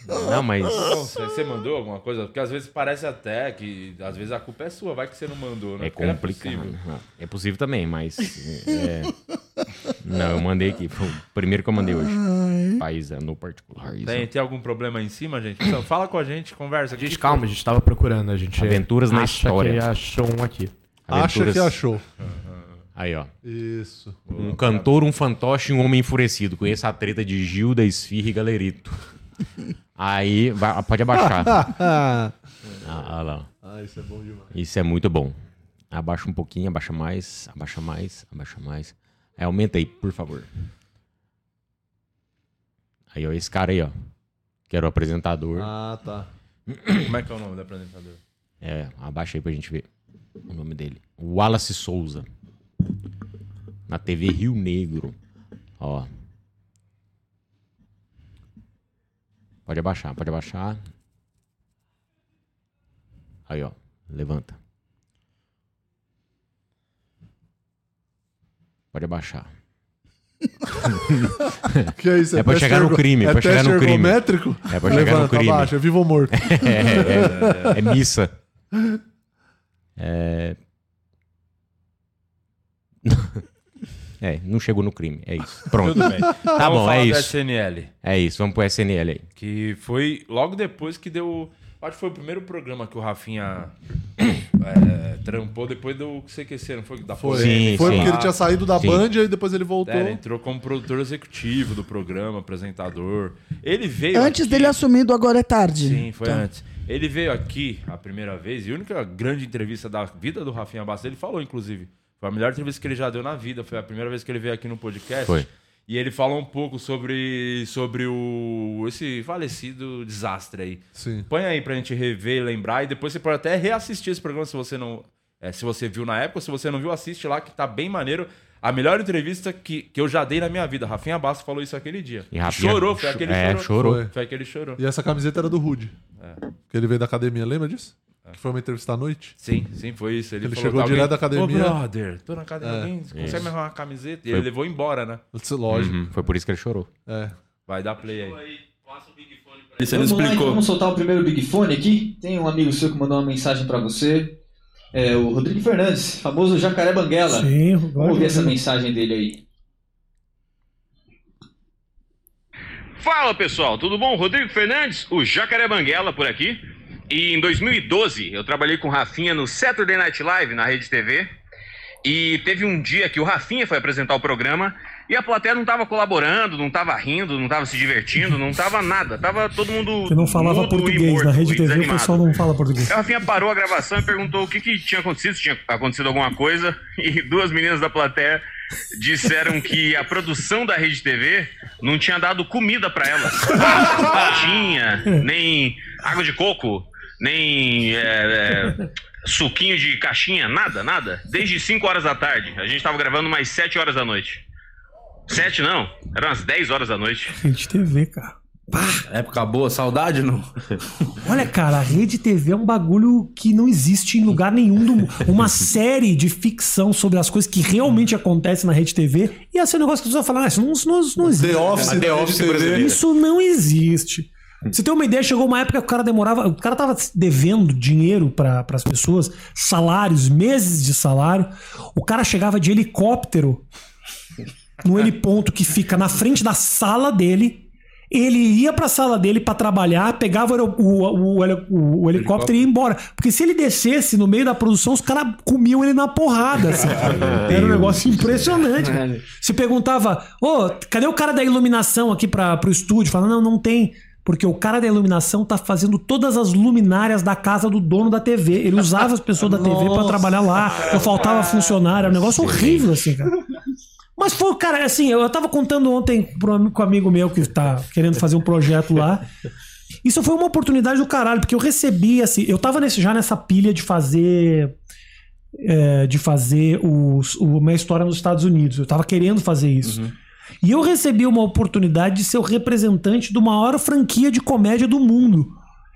Não, mas. Bom, você você mandou alguma coisa? Porque às vezes parece até que. Às vezes a culpa é sua, vai que você não mandou, né? É Porque não complicado. possível. É possível também, mas. é- Não, eu mandei aqui. Foi o primeiro que eu mandei hoje. Paisa, no particular. Isa. Tem, tem algum problema aí em cima, gente? Então, fala com a gente, conversa. Gente, calma, a gente tava procurando, a gente. Aventuras na acha história. Que achou um aqui. Acha Aventuras- que achou. Aí, ó. Isso. Um cantor, um fantoche e um homem enfurecido. Conheça a treta de Gilda, Esfirra e Galerito. Aí, vai- pode <laughs> abaixar. ah, Ah, ah, lá. ah, isso é bom demais. Isso é muito bom. Abaixa um pouquinho, abaixa mais, abaixa mais, abaixa mais. É, aumenta aí, por favor. Aí, ó, esse cara aí, ó. Que era o apresentador. Ah, tá. Como é que é o nome do apresentador? É, abaixa aí pra gente ver o nome dele. Wallace Souza. Na TV Rio Negro. Ó. Pode abaixar, pode abaixar. Aí, ó. Levanta. Pode abaixar. Que é isso? É pra teste chegar no ergo- crime, é pra chegar teste no crime. ergométrico? É pra chegar no Levanta, crime. Abaixa, vivo <laughs> ou morto. É, é, é missa. <laughs> <laughs> É. É, não chegou no crime. É <laughs> isso. Pronto. Tudo bem. Então Tá Vamos bom, falar é do isso. SNL. É isso. Vamos pro SNL aí. Que foi logo depois que deu. Acho que foi o primeiro programa que o Rafinha é, trampou depois do CQC, não foi? Da Foi, Sim, foi sim. porque ele tinha saído da Sim. Band e depois ele voltou. É, ele entrou como produtor executivo do programa, apresentador. Ele veio. Antes aqui- dele assumir do Agora é Tarde. Sim, foi Tá. antes. Ele veio aqui a primeira vez, e a única grande entrevista da vida do Rafinha Bastos, ele falou, inclusive. Foi a melhor entrevista que ele já deu na vida. Foi a primeira vez que ele veio aqui no podcast. Foi. E ele falou um pouco sobre, sobre o, esse falecido desastre aí. Sim. Põe aí pra gente rever, lembrar, e depois você pode até reassistir esse programa se você não. é, se você viu na época, se você não viu, assiste lá, que tá bem maneiro. A melhor entrevista que, que eu já dei na minha vida. Rafinha Bastos falou isso aquele dia. E Rafinha- chorou, foi aquele é, chorou. chorou. Foi, foi aquele chorou. É. E essa camiseta era do Rude. Que ele veio da academia, lembra disso? Que foi uma entrevista à noite. Sim, sim, foi isso. Ele, Ele falou, chegou tá, direto alguém- da academia. É. Ô, brother, tô na academia, alguém consegue me arrumar uma camiseta? E ele levou embora, né? Lógico. Uhum. Hum, Foi por isso que ele chorou. É. Vai dar play aí. Você vamos lá, então, vamos soltar o primeiro Big Fone aqui. Tem um amigo seu que mandou uma mensagem pra você. É o Rodrigo Fernandes, famoso Jacaré Banguela. Sim, Vamos agora ouvir essa mensagem dele aí. Fala pessoal, tudo bom? Rodrigo Fernandes, o Jacaré Banguela por aqui. E em 2012 eu trabalhei com o Rafinha no Saturday Night Live na Rede TV. E teve um dia que o Rafinha foi apresentar o programa e a plateia não tava colaborando, não tava rindo, não tava se divertindo, não tava nada. Tava todo mundo. Você não falava mudo e português. morto Na e Rede TV o desanimado. pessoal não fala português. A Rafinha parou a gravação e perguntou o que, que tinha acontecido, se tinha acontecido alguma coisa. E duas meninas da plateia disseram que a produção da Rede TV não tinha dado comida pra elas. Não tinha, nem água de coco, nem é, é, suquinho de caixinha, nada, nada. Desde 5 horas da tarde. A gente tava gravando umas 7 horas da noite. 7 não, eram umas 10 horas da noite. Rede TV, cara. Época boa, saudade <laughs> não? Olha, cara, a Rede TV é um bagulho que não existe em lugar nenhum do mundo. Uma série de ficção sobre as coisas que realmente acontecem na Rede TV ia ser um negócio que as pessoas falam, ah, isso não, isso não, isso não existe. The Office, The Office TV. brasileiro. Isso não existe. Pra Você tem uma ideia, chegou uma época que o cara demorava. O cara tava devendo dinheiro para as pessoas, salários, meses de salário. O cara chegava de helicóptero no heliponto que fica na frente da sala dele. Ele ia pra sala dele pra trabalhar, pegava o, aero- o- o- o heli- o- o helicóptero e ia embora. Porque se ele descesse no meio da produção, os caras comiam ele na porrada. assim. Era um negócio impressionante. cara. Se perguntava, ô, cadê o cara da iluminação aqui pra, pro estúdio? Falava, não, não tem. Porque o cara da iluminação tá fazendo todas as luminárias da casa do dono da TV. Ele usava as pessoas da TV pra trabalhar lá. Não faltava funcionário. Era um negócio horrível, assim, cara. Mas foi, cara, assim, eu tava contando ontem pro ami- com um amigo meu que tá querendo fazer um projeto lá. Isso foi uma oportunidade do caralho, porque eu recebi, assim, eu tava nesse, já nessa pilha de fazer. é, de fazer os, o minha história nos Estados Unidos. Eu tava querendo fazer isso. E eu recebi uma oportunidade de ser o representante de uma maior franquia de comédia do mundo.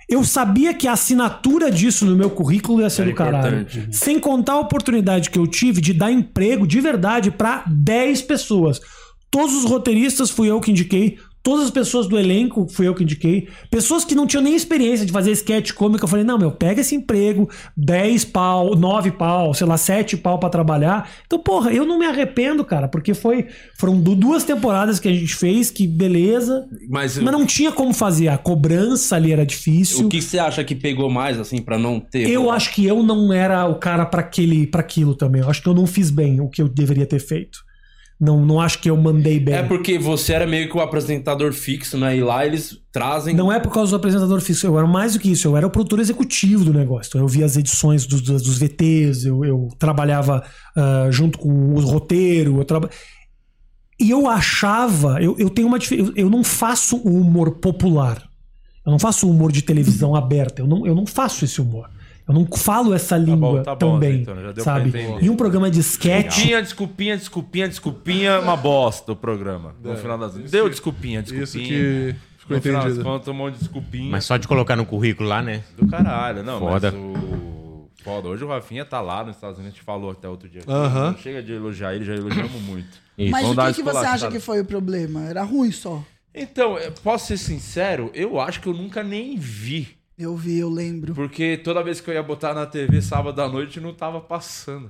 Eu sabia que a assinatura disso no meu currículo ia ser do caralho. Sem contar a oportunidade que eu tive de dar emprego de verdade pra 10 pessoas. Todos os roteiristas fui eu que indiquei. Todas as pessoas do elenco fui eu que indiquei. Pessoas que não tinham nem experiência de fazer sketch cômico. Eu falei, não, meu, pega esse emprego, 10 pau, 9 pau, sei lá, 7 pau pra trabalhar. Então, porra, eu não me arrependo, cara, porque foi foram du- duas temporadas que a gente fez, que beleza. Mas, Mas não tinha como fazer. A cobrança ali era difícil. que você acha que pegou mais, assim, pra não ter? Eu acho que eu não era o cara pra aquele, para aquilo também. Eu acho que eu não fiz bem o que eu deveria ter feito. Não, não acho que eu mandei bem. É porque você era meio que o apresentador fixo, né? E lá eles trazem. Não é por causa do apresentador fixo, eu era mais do que isso, eu era o produtor executivo do negócio. Então eu via as edições dos, dos- dos VTs, eu, eu trabalhava ah, junto com o roteiro, eu traba... E eu achava, eu, eu tenho uma dif- eu, eu não faço Uhum. o humor popular. Eu não faço humor de televisão aberta, eu não, eu não faço esse humor. Eu não falo essa língua tá bom, também, Azeitona, já deu pra sabe? entender. E um programa de sketch... Desculpinha, desculpinha, desculpinha, desculpinha, uma bosta o programa. No final das Deu desculpinha, desculpinha. É. isso que ficou no final das entendido. contas, um monte de desculpinha. Mas só de colocar no currículo lá, né? do caralho. Não, Foda. mas o. Foda. Hoje o Rafinha tá lá nos Estados Unidos, a gente falou até outro dia. Aham. Não chega de elogiar ele, já elogiamos muito. Mas Vamos o dar uma que, que você acha esculachada. que foi o problema? Era ruim só. Então, eu posso ser sincero, eu acho que eu nunca nem vi. Eu vi, eu lembro. Porque toda vez que eu ia botar na TV sábado à noite, não <laughs> tava passando.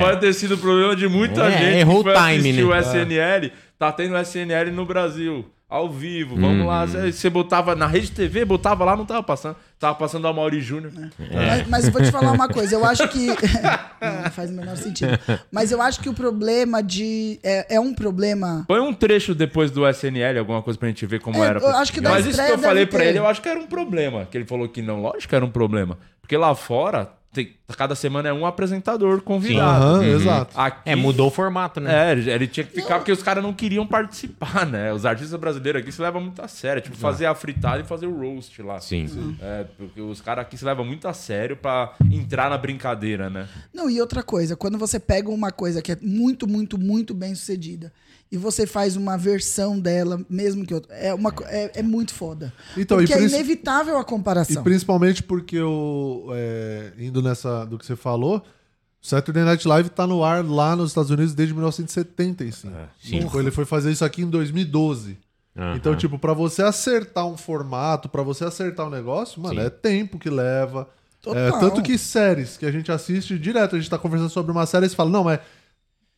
Pode ter sido problema de muita É, gente errou que o foi time, né? assistir o SNL. Tá tendo SNL no Brasil, ao vivo. Vamos Uhum. lá. Você você botava na rede TV, botava lá, não tava passando. Tava passando a Mauri Júnior. É. É. Mas, mas eu vou te falar uma coisa, eu acho que. <laughs> não faz o menor sentido. Mas eu acho que o problema de. É, é um problema. Põe um trecho depois do SNL, alguma coisa pra gente ver como É, era. eu acho que da Mas isso que estreia eu falei deve pra ter. ele, eu acho que era um problema. Que ele falou que não, lógico que era um problema. Porque lá fora, tem- cada semana é um apresentador convidado. Uhum. Aham, exato. Aqui, É, mudou o formato, né? É, ele ele tinha que ficar porque os caras não queriam participar, né? Os artistas brasileiros aqui se levam muito a sério. É Tipo, fazer a fritada e fazer o roast lá. Sim. É, porque os caras aqui se levam muito a sério pra entrar na brincadeira, né? Não, e outra coisa, quando você pega uma coisa que é muito, muito, muito bem sucedida e você faz uma versão dela, mesmo que outra. É, uma, co- é, é muito foda. Então, Porque e é princi- inevitável a E comparação. principalmente porque eu, é, indo nessa do que você falou, Saturday Night Live tá no ar lá nos Estados Unidos desde 1975. É, Tipo, ele foi fazer isso aqui em 2012. Aham. Então, tipo, pra você acertar um formato, pra você acertar um negócio, mano, é tempo que leva. É, Total. tanto que séries que a gente assiste direto, a gente tá conversando sobre uma série e você fala, não, mas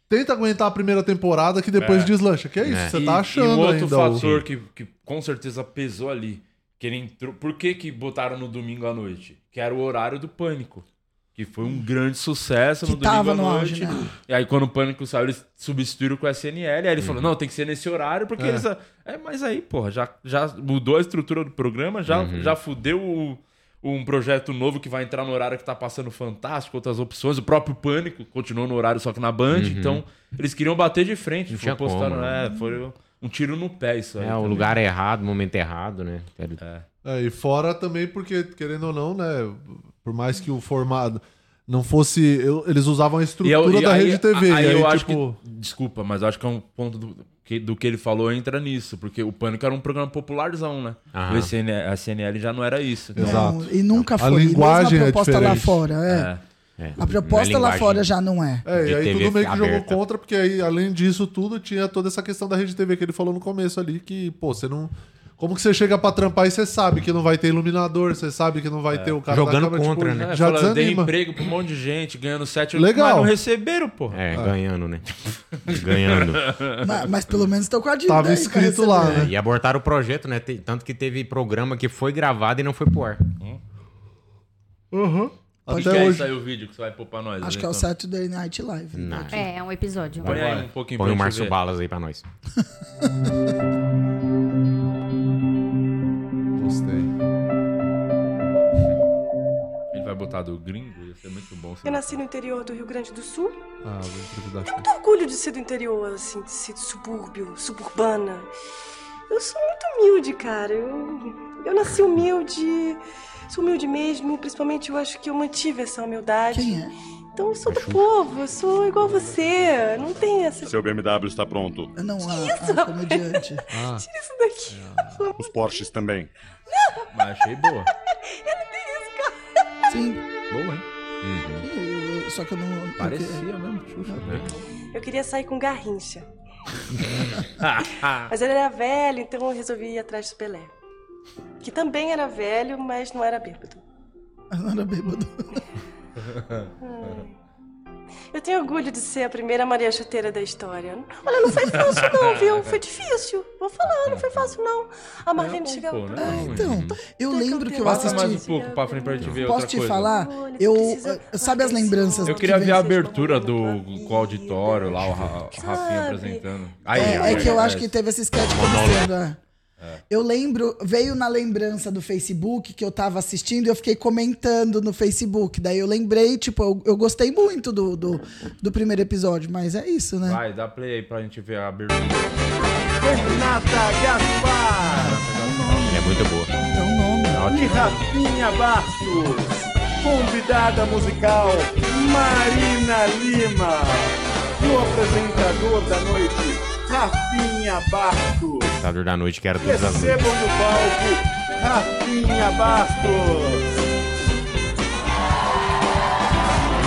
tenta aguentar a primeira temporada que depois deslancha. Que é isso, você E- tá achando E um outro ainda. o- fator que, que com certeza pesou ali, que ele entrou... Por que que botaram no domingo à noite? Que era o horário do Pânico. Que foi um grande sucesso Que no domingo tava à no noite. auge, né? E aí quando o Pânico saiu, eles substituíram com o SNL. Aí Uhum. eles falaram, não, tem que ser nesse horário, porque eles... É, mas aí, porra, já, já mudou a estrutura do programa, já, Uhum. já fudeu o- Um projeto novo que vai entrar no horário que tá passando fantástico, outras opções. O próprio Pânico continuou no horário, só que na Band. Então, eles queriam bater de frente. Uhum. Não Foi tinha como, postando, né? é, é, foi um tiro no pé isso aí. É, o também. lugar errado, o momento errado, né? É, e fora também porque, querendo ou não, né? Por mais que o formado não fosse. eu- eles usavam a E estrutura eu- e da aí- rede TV. Aí, e eu aí, acho tipo, que. Desculpa, mas eu acho que é um ponto do que, do que ele falou entra nisso. Porque o Pânico era um programa popularzão, né? Aham. O SNL, a CNL já não era isso. né? Exato. Não, e nunca foi. linguagem e é mesmo a proposta lá diferente. fora. É. É, A proposta na lá linguagem- fora já não é. É, de e aí TV tudo meio que jogou aberta. contra, porque aí, além disso tudo, tinha toda essa questão da rede TV que ele falou no começo ali, que, pô, você não. Como que você chega pra trampar e você sabe que não vai ter iluminador, você sabe que não vai ter o cara Jogando da câmera, contra, tipo, né? É, Já falando, dei desanima. emprego pra um monte de gente, ganhando 7 Legal. Mas não receberam, porra. É, ganhando, né? <laughs> ganhando. Mas, mas pelo menos estão com a dívida. Tava aí pra escrito receber. lá, É, né? e abortaram o projeto, né? Te- Tanto que teve programa que foi gravado e não foi pro ar. E Até que aí hoje. saiu o vídeo que você vai pôr pra nós. Acho né, que é o então? Saturday Night Live. né? Tipo, Não. É, é um episódio. Põe aí um pouquinho Põe o pra gente Márcio ver. Balas aí pra nós. Gostei. Ele vai botar do gringo, ia ser muito bom. se Eu ele- nasci no interior do Rio Grande do Sul. Ah, vou improvisar aqui. Muito orgulho de ser do interior, assim, de ser de subúrbio, suburbana. Eu sou muito humilde, cara. Eu, eu nasci humilde, sou humilde mesmo. Principalmente eu acho que eu mantive essa humildade. Quem é? Então eu sou do povo, eu sou igual você. Não tem essa. Seu BMW está pronto. Não, a, a comediante. <laughs> Ah, Tira isso daqui. <laughs> Os Porsches também. Mas achei boa. Sim. Boa, hein? Uhum. <laughs> Eu- eu- Só que eu não. eu- Parecia mesmo. Xuxa. Eu queria sair com Garrincha. Ah. mas ele era velho, então eu resolvi ir atrás do Pelé. Que também era velho, mas não era bêbado. Eu não era bêbado. Ah. Eu tenho orgulho de ser a primeira Maria Chuteira da história. Olha, não foi fácil não, viu? Foi difícil. Vou falar, não foi fácil não. A Marlene chegava... Pô, né? Então, eu lembro que eu Passa Passa mais assisti. um pouco pra frente pra gente ver Posso outra te coisa. falar? Olha, Eu, precisa- eu- sabe as lembranças Eu que queria vem- ver a vocês abertura estão do, falando pra com o auditório lá, o Ra- Sabe? Rafinha apresentando. Aí, É, aí, é que eu aí, acho aí. que teve esse sketch começando. é. Eu lembro, veio na lembrança do Facebook que eu tava assistindo e eu fiquei comentando no Facebook. Daí eu lembrei, tipo, eu, eu gostei muito do, do, do primeiro episódio, mas é isso, né? Vai, dá play aí pra gente ver a abertura. É muito boa. É o nome. E Rafinha Bastos. Convidada musical, Marina Lima. E o apresentador da noite, Rafinha Bastos. Ditador da noite, que era todas as é noites. Recebam no palco, Rafinha Bastos.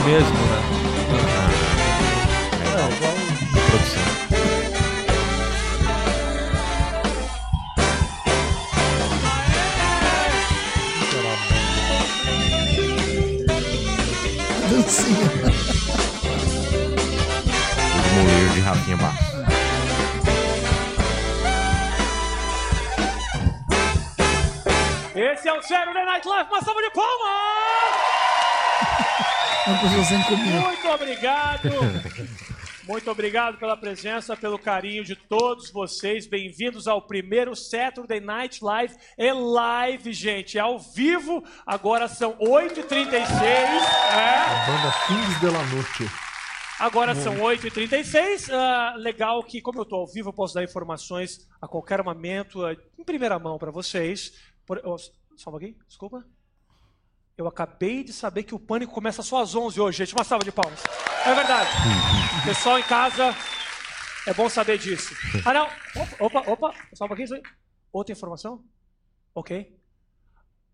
Mesmo, né? É, É, Produção. Dancinha. O moleiro de Rafinha Barros. Esse é o Saturday Night Live, uma salva de palmas! Muito obrigado. <laughs> Muito obrigado pela presença, pelo carinho de todos vocês. Bem-vindos ao primeiro Saturday Night Live. É live, gente, é ao vivo. Agora são 8h36. né? Banda Kings de la Noche. Agora Bom. são 8h36. Ah, legal que, como eu estou ao vivo, eu posso dar informações a qualquer momento, ah, em primeira mão para vocês. Por- oh, só um pouquinho, desculpa. Eu acabei de saber que o pânico começa só às 11 hoje, gente. Uma salva de palmas. É verdade. Pessoal em casa, é bom saber disso. Ah, não. Opa, opa, opa. Só um pouquinho. só- Outra informação? Ok.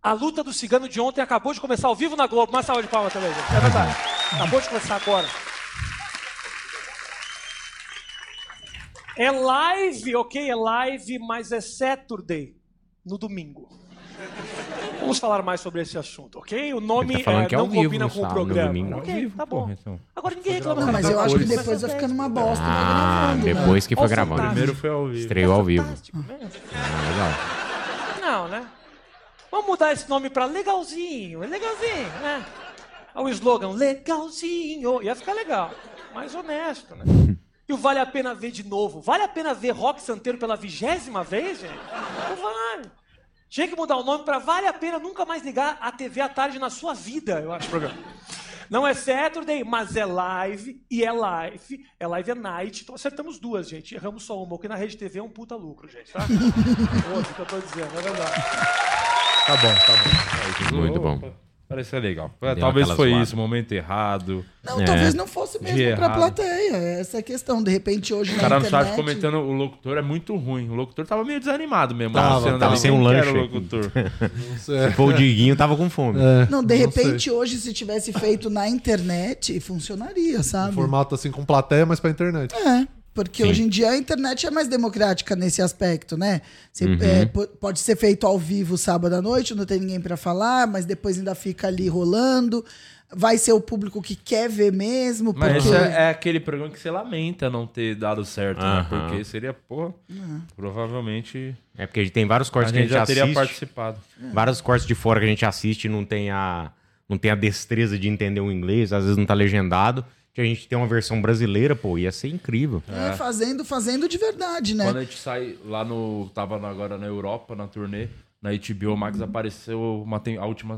A luta do cigano de ontem acabou de começar ao vivo na Globo. Uma salva de palmas também, gente. É verdade. Acabou de começar agora. É live, ok? É live, mas é Saturday, no domingo. Vamos falar mais sobre esse assunto, ok? O nome Ele tá falando eh, que é não ao vivo combina no com o sábado, programa. no domingo. é Ok, Ao vivo, tá bom. porra, então. Agora ninguém reclama. Não, mas eu acho que depois vai ficando uma bosta. vai Ah, gravando, né? depois que foi Ou gravando. fantástico. Estreou ao vivo. né? Ah, legal. Não, né? Vamos mudar esse nome pra legalzinho, é legalzinho, né? Olha O slogan, legalzinho, ia ficar legal. Mais honesto, né? E o Vale a Pena Ver de novo. Vale a pena ver Rock Santeiro pela vigésima vez, gente? Não vale. Tinha que mudar o nome pra Vale a Pena Nunca Mais Ligar a TV à Tarde na Sua Vida, eu acho, o programa. Não é Saturday, mas é live, e é live, é live é night. Então acertamos duas, gente. Erramos só uma, porque na Rede TV é um puta lucro, gente, tá? Ouça o que eu tô dizendo, é verdade. Tá bom, tá bom. Muito bom. Parece ser legal. Deu Talvez aquela foi zoada. É. isso, momento errado. Não, talvez não fosse mesmo Dia pra É. errado. plateia. Essa é a questão. De repente, hoje O na cara no internet... chat comentando, o locutor é muito ruim. O locutor tava meio desanimado mesmo. Tava, Luciano, tava né? sem um Quem que era lanche. <laughs> o locutor. Se for o Diguinho, tava com fome. <laughs> Não, de repente, hoje, se tivesse feito na internet, funcionaria, sabe? Formato assim com plateia, mas pra internet. É, porque Sim. hoje em dia a internet é mais democrática nesse aspecto, né? Você, Uhum. é, po- pode ser feito ao vivo sábado à noite, não tem ninguém pra falar, mas depois ainda fica ali rolando. Vai ser o público que quer ver mesmo, Mas porque... tá esse é, é aquele programa que você lamenta não ter dado certo, né? Aham. Porque seria, porra, provavelmente. É porque a gente tem vários cortes A que a gente gente já teria assiste, participado. Vários cortes de fora que a gente assiste e não tem a não tem a destreza de entender o inglês, às vezes não tá legendado. Que a gente tem uma versão brasileira, pô, ia ser incrível. É, fazendo, fazendo de verdade, né? Quando a gente sai lá no. Tava na- agora na Europa, na turnê, na HBO Max apareceu uma tem- a última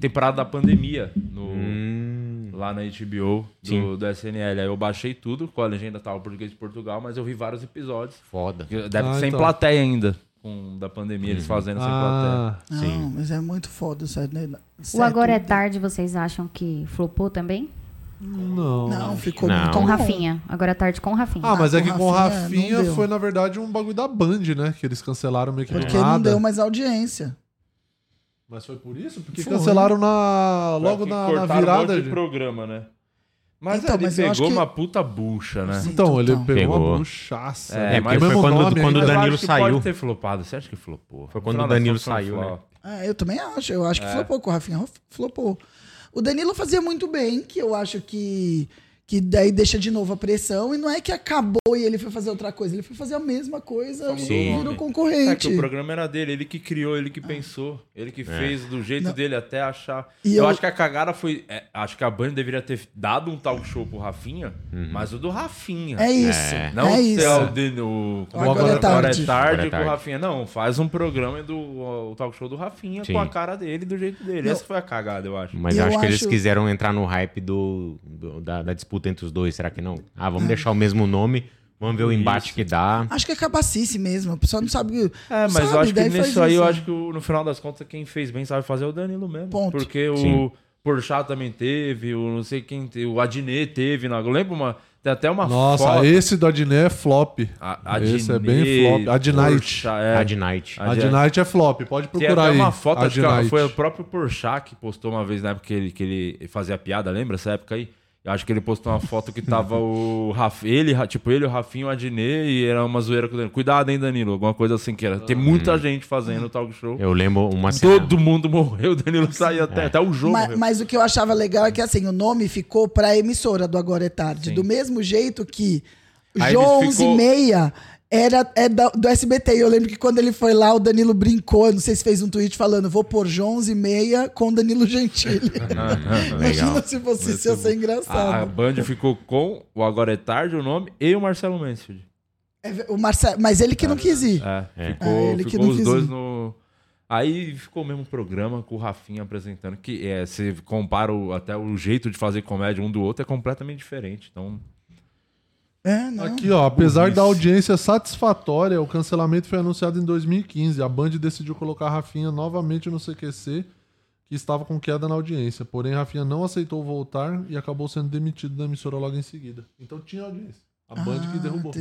temporada da pandemia no, lá na HBO do, Sim. do SNL. Aí eu baixei tudo, com a legenda tava português de Portugal, mas eu vi vários episódios. Foda. Deve Ah, ser em então. plateia ainda. Com, da pandemia, é Uhum. eles fazendo sem Ah. plateia. Não, mas é muito foda isso aí, né? O Agora é Tarde, vocês acham que flopou também? Não. Não, ficou Não. muito Com bom. Rafinha. Agora é Tarde com Rafinha. Ah, mas é que com Rafinha, Rafinha não deu. foi, na verdade, um bagulho da Band, né? Que eles cancelaram meio que do Porque não nada. deu mais audiência. Mas foi por isso? Porque Foi. cancelaram na, logo Porque na, na cortaram um virada. monte de de- programa, né? Mas Então, ele mas eu acho pegou que- uma puta bucha, né? Então, ele pegou, uma buchaça. É, É, mas porque foi foi quando, quando- nome, quando ainda. o Eu acho Danilo que saiu. Pode ter flopado. Você acha que flopou? Foi quando o Danilo saiu, né? Ah, eu também acho. Eu acho que É. flopou com o Rafinha. Rof- Flopou. O Danilo fazia muito bem, que eu acho que. Que daí deixa de novo a pressão. E não é que acabou e ele foi fazer outra coisa. Ele foi fazer a mesma coisa e virou É que concorrente. o programa era dele, ele que criou, ele que pensou, ele É. que fez do jeito dele até achar. E eu, eu- acho que a cagada foi. é, acho que a Band deveria ter dado um talk show pro Rafinha, Uhum. mas o do Rafinha. É isso, Não é ser isso. o de- o- O Agora é Agora Tarde. tarde Agora é com Tarde. o Rafinha. Não, faz um programa do o talk show do Rafinha Sim. com a cara dele, do jeito dele. Não. Essa foi a cagada, eu acho. Mas eu Eu acho que eles acho- quiseram entrar no hype do, do- da, da disputa entre os dois, será que não? Ah, vamos deixar o mesmo nome, Vamos ver o embate que dá. Acho que é cabacice mesmo. O pessoal não sabe. É, mas eu acho que nisso aí, eu acho que o- no final das contas, quem fez bem sabe fazer é o Danilo mesmo. Porque Sim. o Porchat também teve, o não sei quem teve, o Adnet teve. na- Eu lembro uma, tem até uma Nossa, foto. esse do Adnet é flop. esse é bem flop. Adnight. Porchat, é. Adnight. Adnight é flop, pode Tem procurar até aí. uma foto, acho que Adnight. foi o próprio Porchat que postou uma vez na época que ele, que ele fazia piada, lembra essa época aí? Eu acho que ele postou uma foto que tava o Raf, ele, tipo ele, o Rafinho, o Adnet e era uma zoeira com o Danilo. Cuidado, hein, Danilo, alguma coisa assim que era. Tem muita gente fazendo talk show. Ah. Hum. Eu lembro uma cena. é. Todo mundo morreu, o Danilo saiu até, até o jogo. Mas, morreu. mas o que eu achava legal é que assim, o nome ficou pra emissora do Agora é Tarde. Do mesmo jeito que Aí João ele 11 ficou- e meia era, é da- do SBT. Eu lembro que quando ele foi lá, o Danilo brincou. eu Não sei se fez um tweet falando, vou pôr João 11 e meia com Danilo <laughs> Gentili. Ah, Imagina se fosse isso, ia ser A, a engraçado. Band ficou com o Agora é Tarde, o nome, e o Marcelo Mansfield. É ve- o Marcelo, mas ele que não quis ir. É, ficou, Ah, É, ele que ficou não os quis dois ir. no. Aí ficou o mesmo programa com o Rafinha apresentando, que é, você compara o- até o jeito de fazer comédia um do outro, é completamente diferente. Então, É, Aqui, ó, apesar da audiência satisfatória, o cancelamento foi anunciado em 2015. A Band decidiu colocar Rafinha novamente no CQC, que estava com queda na audiência. Porém, Rafinha não aceitou voltar e acabou sendo demitido da emissora logo em seguida. Então tinha audiência. A Band que derrubou.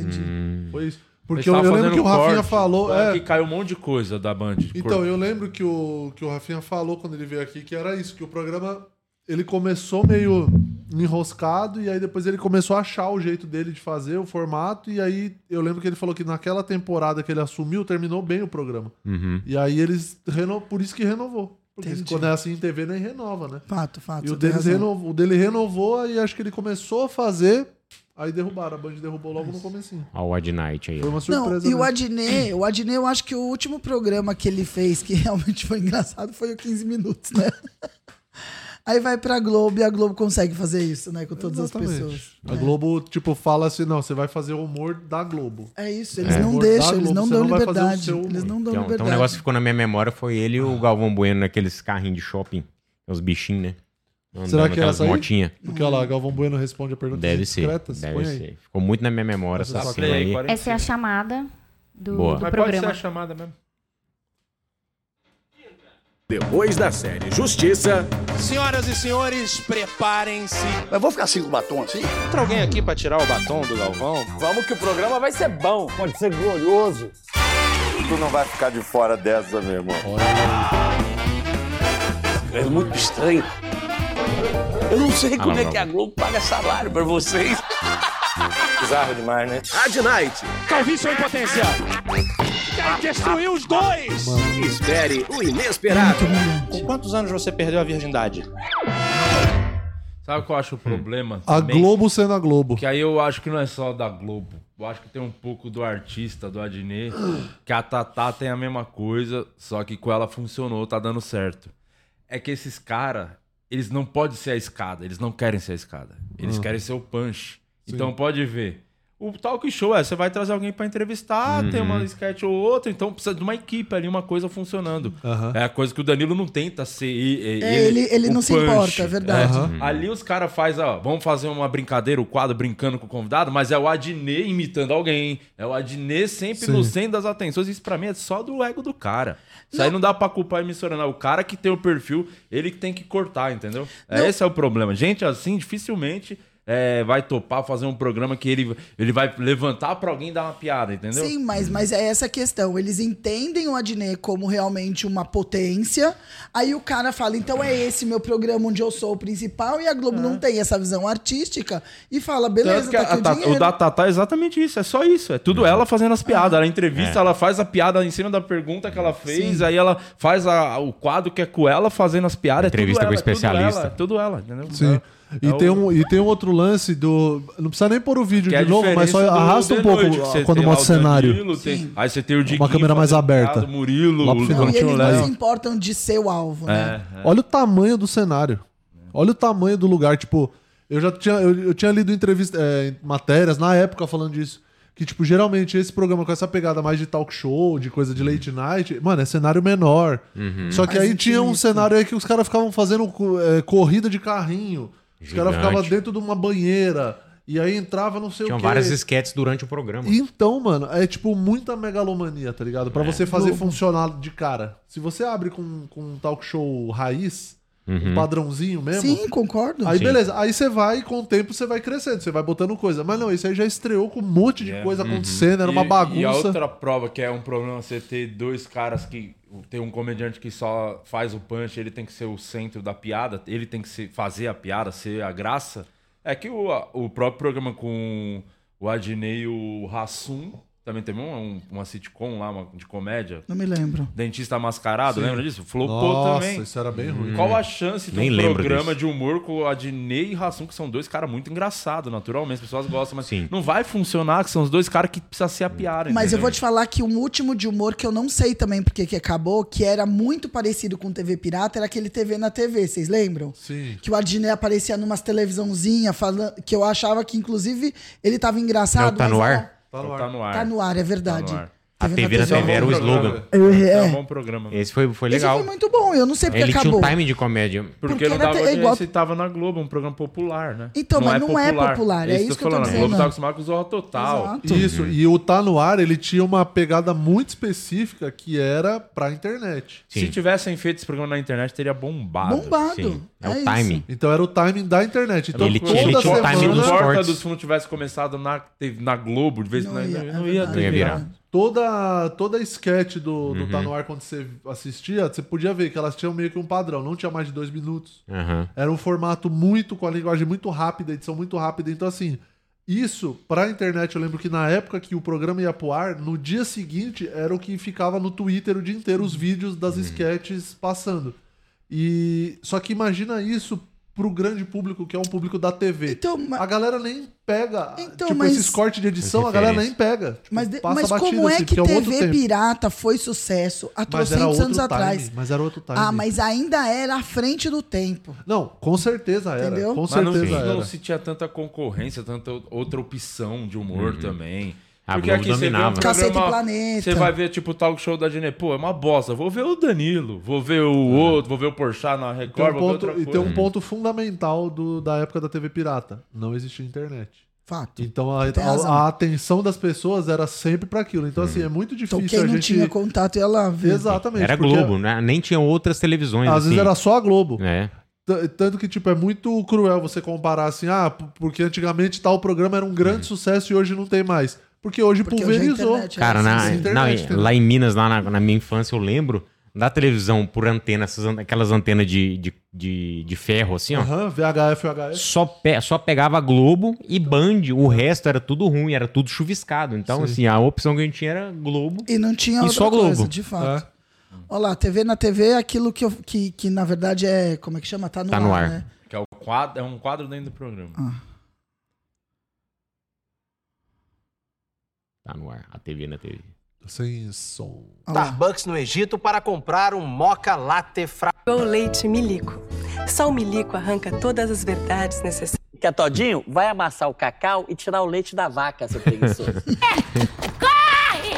Foi isso. Porque Eles eu, eu estavam lembro que o fazendo Rafinha corte, falou. olha é, que caiu um monte de coisa da Band. Então, eu lembro que o, que o Rafinha falou quando ele veio aqui que era isso, que o programa ele começou meio enroscado e aí depois ele começou a achar o jeito dele de fazer, o formato, e aí eu lembro que ele falou que naquela temporada que ele assumiu, terminou bem o programa. Uhum. E aí eles reno... por isso que renovou. Porque quando é assim em TV nem renova, né? Fato, fato. E o, você tem deles razão. renovou, o dele renovou, aí acho que ele começou a fazer, aí derrubaram, a Band derrubou logo no comecinho. Ó, o Adnight aí. Foi uma Não, surpresa. e o mesmo. Adnet, o Adnet, eu acho que o último programa que ele fez, que <laughs> realmente foi engraçado, foi o 15 minutos, né? <laughs> Aí vai pra Globo e a Globo consegue fazer isso, né? Com todas as Exatamente. pessoas. É. A Globo, tipo, fala assim: não, você vai fazer o humor da Globo. É isso, eles não deixam, eles não dão liberdade. Eles não dão Então, liberdade. então um negócio que ficou na minha memória foi ele e Ah. o Galvão Bueno naqueles carrinhos de shopping. Os bichinhos, né? Andando Será que é aquelas essa aí? motinhas. Porque olha lá, Galvão Bueno responde a pergunta um Deve ser. discretas, Deve põe aí. ser. Ficou muito na minha memória essa Essa cena aí. Essa é a chamada do, Boa. do Mas pode programa. ser a chamada mesmo. Depois da série Justiça, Senhoras e senhores, preparem-se. Mas vou ficar assim com o batom assim? Entra alguém aqui pra tirar o batom do Galvão? Vamos que o programa vai ser bom. Pode ser glorioso. Tu não vai ficar de fora dessa, meu irmão. É muito estranho. Eu não sei Ah, como não, é não. que a Globo paga salário pra <laughs> vocês. Bizarro demais, né? Adnight. Calvície em potencial. Quero destruir os dois. Espere o inesperado. Com quantos anos você perdeu a virgindade? Sabe o que eu acho o problema? A também? Globo sendo a Globo. Que aí eu acho que não é só da Globo. Eu acho que tem um pouco do artista, do Adnet, que a Tatá tem a mesma coisa, só que com ela funcionou, tá dando certo. É que esses caras, eles não podem ser a escada, eles não querem ser a escada. Eles Ah. querem ser o punch. Sim. Então pode ver. O talk show é, você vai trazer alguém pra entrevistar, Uhum. tem uma sketch ou outra, então precisa de uma equipe ali, uma coisa funcionando. Aham. É a coisa que o Danilo não tenta ser. e- e- É, ele- ele o não se importa, é verdade. Aham. Ali os caras fazem, ó, vamos fazer uma brincadeira, o quadro brincando com o convidado, mas é o Adnet imitando alguém. É o Adnet sempre Sim. no centro das atenções. Isso pra mim é só do ego do cara. Isso aí não dá pra culpar a emissora, não. O cara que tem o perfil, ele que tem que cortar, entendeu? É, Esse é o problema. Gente assim, dificilmente é, vai topar fazer um programa que ele, ele vai levantar pra alguém dar uma piada, entendeu? Sim, mas, mas é essa a questão. Eles entendem o Adnet como realmente uma potência. Aí o cara fala, então é esse meu programa onde eu sou o principal. E a Globo não tem essa visão artística. E fala, É. beleza, Tanto que tá a- aqui a- o dinheiro. da Tatá é exatamente isso, é só isso. É tudo ela fazendo as piadas. Ela É. entrevista, ela faz a piada em cima da pergunta que ela fez, Sim. aí ela faz a- o quadro que é com ela fazendo as piadas. Entrevista é tudo com ela, é especialista. Tudo ela, é tudo ela entendeu? Sim. E, É tem o- um, e tem um outro lance do. Não precisa nem pôr o vídeo Que é de a novo, mas só diferença do arrasta um The pouco Noite, que você quando tem mostra o lá o cenário. Danilo, tem- aí você tem o Diguinho Uma câmera mais fazendo aberta. piada, Murilo, Lá pro o final. Não, e Continho eles não um Léo. se importam de ser o alvo, né? É, é. Olha o tamanho do cenário. Olha o tamanho do lugar. Tipo, eu já tinha, eu, eu tinha lido entrevista, é, matérias na época falando disso. Que, tipo, geralmente esse programa com essa pegada mais de talk show, de coisa de late night, mano, é cenário menor. Uhum. Só que Mas aí tinha um infinito. cenário aí que os caras ficavam fazendo co- é, corrida de carrinho. Os caras Gigante. ficavam dentro de uma banheira. E aí entrava não sei Tinham o quê. várias esquetes durante o programa. Então, mano, é tipo muita megalomania, tá ligado? Pra É. você fazer Louco. funcionar de cara. Se você abre com, com um talk show raiz, um Uhum. padrãozinho mesmo. Sim, concordo. Aí Sim. beleza, aí você vai, com o tempo você vai crescendo, você vai botando coisa. Mas não, isso aí já estreou com um monte de coisa acontecendo, era É. uma Uhum. E- bagunça. E a outra prova que é um problema você ter dois caras que. Tem um comediante que só faz o punch, ele tem que ser o centro da piada, ele tem que ser- fazer a piada, ser a graça. É que o, o próprio programa com o Adnei e o Hassum também teve um- um- uma sitcom lá, uma de comédia. Não me lembro. Dentista Mascarado, Sim. lembra disso? Flopou Nossa, também. isso era bem ruim. Qual a chance de Nem um lembro programa disso. de humor com o Adnei e Hassum, que são dois caras muito engraçados, naturalmente, as pessoas gostam, mas não vai funcionar, que são os dois caras que precisam ser a piada. Mas eu entendeu? vou te falar que um último de humor que eu não sei também porque que acabou, que era muito parecido com TV Pirata, era aquele TV na TV, vocês lembram? Sim. Que o Adnet aparecia numas televisãozinha falando, que eu achava que inclusive ele tava engraçado. Tá mas no era- ar? Tá no ar. Tá no ar. Tá no ar, é verdade. Tá no ar. A TV na TV era o slogan. É. um bom programa. Esse foi, foi Esse legal. foi muito bom, eu não sei porque Ele acabou. tinha um timing de comédia. Porque, não era dava te- é audiência igual- e tava na Globo, um programa popular, né? Então, mas não é popular, é Esse isso que tô eu tô falando. A Globo dizendo. tá acostumada com o Zorra Total. Isso, e o Tá No Ar, ele tinha uma pegada muito específica que era pra internet. Se tivessem feito esse programa na internet, teria bombado. Bombado. É o É isso. timing. Então era o timing da internet. Então Ele toda tinha, ele tinha o timing semana- dos cortes. Se não tivesse começado na, teve- na Globo, de vez em Não quando, não ia, ia, é ter verdade. virado. Toda, toda a sketch do, do Tá No Ar, quando você assistia, você podia ver que elas tinham meio que um padrão. Não tinha mais de dois minutos. Aham. Era um formato muito, com a linguagem muito rápida, edição muito rápida. Então, assim, isso, pra internet, eu lembro que na época que o programa ia pro ar, no dia seguinte era o que ficava no Twitter o dia inteiro, os vídeos das sketches passando. E só que imagina isso pro grande público, que é um público da TV. Então, a galera nem pega, tipo, mas- esses cortes de edição, As a galera nem referências. pega. Tipo, Mas, de- passa mas batido, como é assim, que porque um outro TV tempo. Pirata foi sucesso há Mas era trocentos outro anos time, atrás? mas era outro time. Ah, mas ainda era à frente do tempo. Não, com certeza era. Entendeu? Com Mas certeza não, era. não se tinha tanta concorrência, tanta outra opção de humor Uhum. também. A Globo dominava. Cacete Planeta. um Você vai ver, tipo, o talk show da Gene, pô, é uma bosta. Vou ver o Danilo, vou ver o outro, vou ver o Porchat na Tem um Record, vou ponto- ver outra e coisa. tem um ponto fundamental do- da época da TV pirata. Não existia internet. Fato. Então a, Tem a- razão. a atenção das pessoas era sempre pra aquilo. Então, Uhum. assim, é muito difícil Então quem a não gente... tinha contato ia lá ver. Exatamente. Era porque- Globo, né? Nem tinha outras televisões. Às vezes assim. era só a Globo. É. T- Tanto que, tipo, é muito cruel você comparar assim, ah, p- porque antigamente tal programa era um grande sucesso e hoje não tem mais. Porque hoje pulverizou. Cara, na, É, Internet, né? não, e- entendeu? lá em Minas, lá na, na minha infância, eu lembro da televisão por antena, essas an- aquelas antenas de, de, de, de ferro, assim, ó. Aham, VHF, <laughs> VHF. Só, pe- só pegava Globo e Band, o resto era tudo ruim, era tudo chuviscado. Então, Sim. assim, a opção que a gente tinha era Globo. E não tinha outra só Globo. É. coisa, de fato. Olha lá, TV na TV é aquilo que, eu- que, que na verdade é. Como é que chama? Tá no Tá ar. no ar. Né? Que é, o quadro, é um quadro dentro do programa. Tá no ar, a TV na TV. Sem som. Starbucks Tá. no Egito para comprar um moca latte fra... Igual o leite milico. É Só o milico arranca todas as verdades necessárias. Que a Todinho vai amassar o cacau e tirar o leite da vaca, seu preguiçoso. <laughs> Corre!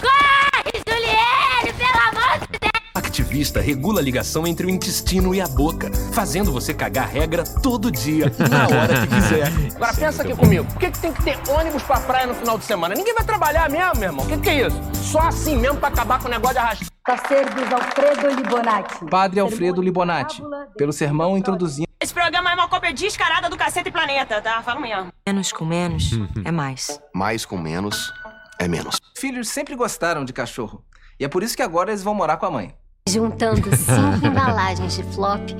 Corre, Juliane, pelo amor de Deus! Activista regula a ligação entre o intestino e a boca, fazendo você cagar regra todo dia, <laughs> na hora que quiser. Agora pensa aqui comigo, por que, que tem que ter ônibus pra praia no final de semana? Ninguém vai trabalhar mesmo, meu irmão. O que, que é isso? Só assim mesmo pra acabar com o negócio de arrastar. Sacerdos Alfredo Libonati. Padre Alfredo Libonati, pelo sermão introduzindo. Esse programa é uma cópia descarada do Cacete Planeta, tá? Falo mesmo. Menos com menos é mais. Mais com menos é menos. Filhos sempre gostaram de cachorro. E é por isso que agora eles vão morar com a mãe. Juntando cinco embalagens de flop,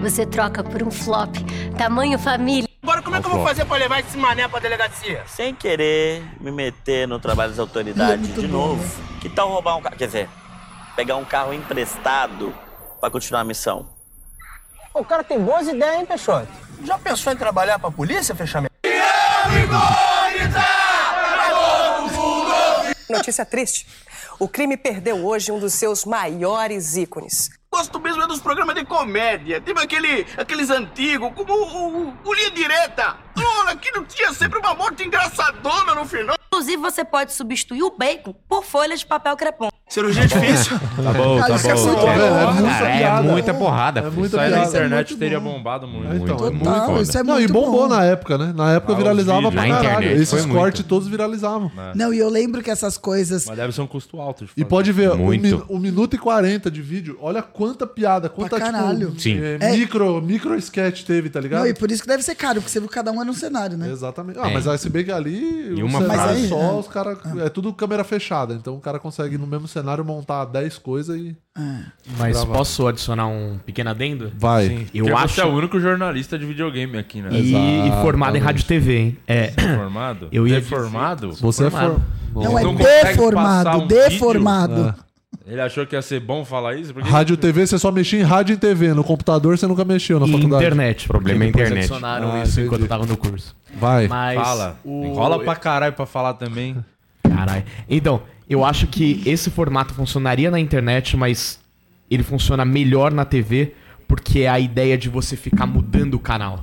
você troca por um flop tamanho família. Agora como é que eu vou fazer pra levar esse mané Ah, né, pra delegacia? Sem querer me meter no trabalho das autoridades de novo. Que tal roubar um carro? Quer dizer, pegar um carro emprestado pra continuar a missão? O cara tem boas ideias, hein, Peixoto? Já pensou em trabalhar pra polícia, fechamento? Notícia triste. O crime perdeu hoje um dos seus maiores ícones. Gosto mesmo é dos programas de comédia. Teve aquele, aqueles antigos, como o, o, o Linha Direta. Olha, que não tinha sempre uma morte engraçadona no final. Inclusive, você pode substituir o bacon por folhas de papel crepom. Cirurgia difícil. Tá bom, tá bom. Cara, é muita porrada. É filho. muita Só piada. na internet internet teria bombado muito. É, então, muito, é muito muito foda. foda. Não, e bombou na época, né? Na época Ah, os viralizava vídeos. pra Na caralho. internet, Esses foi muito. cortes todos viralizavam. Não, e eu lembro que essas coisas. Mas deve ser um custo alto. de E fazer. pode ver, um, min- um minuto e 40 de vídeo, olha quanta piada, quanta caralho. tipo, Sim. eh, É. micro, micro sketch teve, tá ligado? Não, e por isso que deve ser caro, porque você viu que cada um era um cenário, né? Exatamente. Ah, mas aí se bem que ali E o uma cenário frase. só, Mas aí, os caras. É tudo câmera fechada. Então o cara consegue no mesmo cenário montar 10 coisas e. É. Mas gravar. posso adicionar um pequeno adendo? Vai. Sim. Porque Eu você acho. é o único jornalista de videogame aqui, né? E, e formado em Exatamente. rádio e TV, hein? É. Formado? Eu ia dizer- Deformado? Você é formado. Você Não, é consegue deformado, passar um deformado. vídeo? Ele achou que ia ser bom falar isso? Porque É. Rádio e TV, você só mexia em rádio e TV. No computador você nunca mexeu na faculdade. internet. O problema é Depois internet. adicionaram Ah, isso entendi. enquanto eu tava no curso. Vai. Mas Fala. o- Enrola pra caralho pra falar também. Caralho. Então, eu acho que esse formato funcionaria na internet, mas ele funciona melhor na TV, porque é a ideia de você ficar mudando o canal.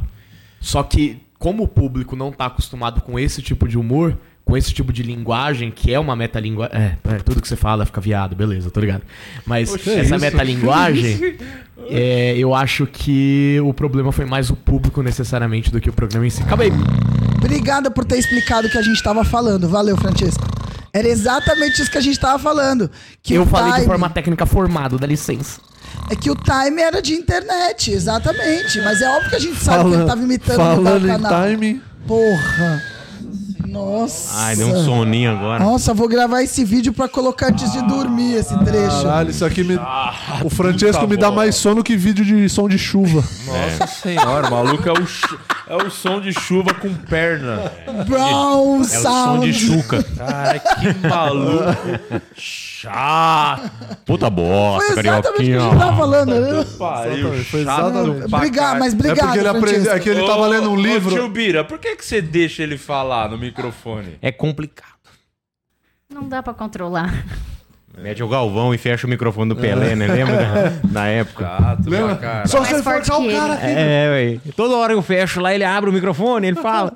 Só que, como o público não tá acostumado com esse tipo de humor, com esse tipo de linguagem, que é uma metalinguagem. É, é, tudo que você fala fica viado, beleza, tô ligado. Mas é Poxa, essa isso. <laughs> metalinguagem. é, eu acho que o problema foi mais o público necessariamente do que o programa em si. Calma aí. Obrigada por ter explicado o que a gente tava falando. Valeu, Francisco. Era exatamente isso que a gente tava falando. Que eu o falei de time- forma técnica formado, dá licença. É que o time era de internet, exatamente. Mas é óbvio que a gente sabe que ele tava imitando falando o em canal. time. Porra. Nossa. Ai, deu um soninho agora. Nossa, vou gravar esse vídeo pra colocar antes de dormir esse trecho. Caralho, isso aqui me. o Francesco me dá mais sono que vídeo de som de chuva. Nossa senhora, o maluco é o, chu- é o som de chuva com perna. Brown é o som de sound. chuca. Cara, que maluco chato. Puta bosta, Foi exatamente o que a gente tava falando, né? Pariu, Foi chato exatamente. pra Obrigado, caralho. mas obrigado, É porque ele aprende- Francisco. é que ele tava Ô, lendo um ô, livro. Tio Bira, por que, que você deixa ele falar no microfone? É complicado. Não dá pra controlar. Mete o Galvão e fecha o microfone do Pelé, né? Lembra? da- Na época. Lembra? Só se ele for forte que ele. É, ué. Toda hora eu fecho lá, ele abre o microfone, ele fala.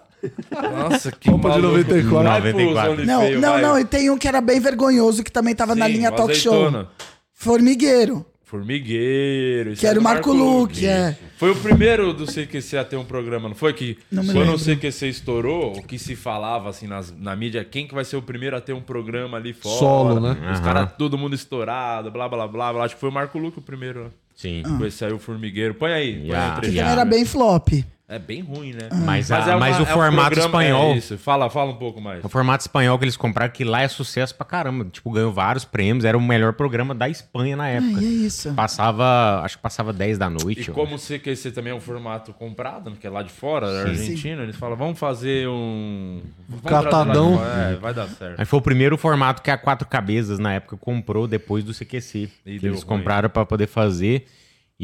Nossa, que Opa de 94. 94. Não, não, não, e tem um que era bem vergonhoso que também tava na um linha talk show. Formigueiro. Formigueiro. isso Que era é o do Marco Luque, é. Foi o primeiro do CQC a ter um programa, não foi? Que Não me quando lembro. o CQC estourou, o que se falava assim nas- na mídia, quem que vai ser o primeiro a ter um programa ali fora? Solo, né? Os Aham. caras, todo mundo estourado, blá, blá, blá, blá. Acho que foi o Marco Luque o primeiro. né? Sim. Depois saiu o Formigueiro. Põe aí. põe aí o Ah. Que trechinho. também era Ah. bem flop. É bem ruim, né? Mas a- mas o um formato espanhol- é isso. Fala, fala um pouco mais. O formato espanhol que eles compraram, que lá é sucesso pra caramba. Tipo, ganhou vários prêmios, era o melhor programa da Espanha na época. Ai, é isso. Passava, acho que passava 10 da E noite. ó. como o CQC também é um formato comprado, né, que é lá de fora, da né? Sim. Argentina, eles falam, vamos fazer um... vamos trazer lá de Catadão. fora. É, vai dar certo. Aí foi o primeiro formato que a Quatro Cabeças, na época, comprou depois do CQC. E que deu eles ruim. compraram pra poder fazer.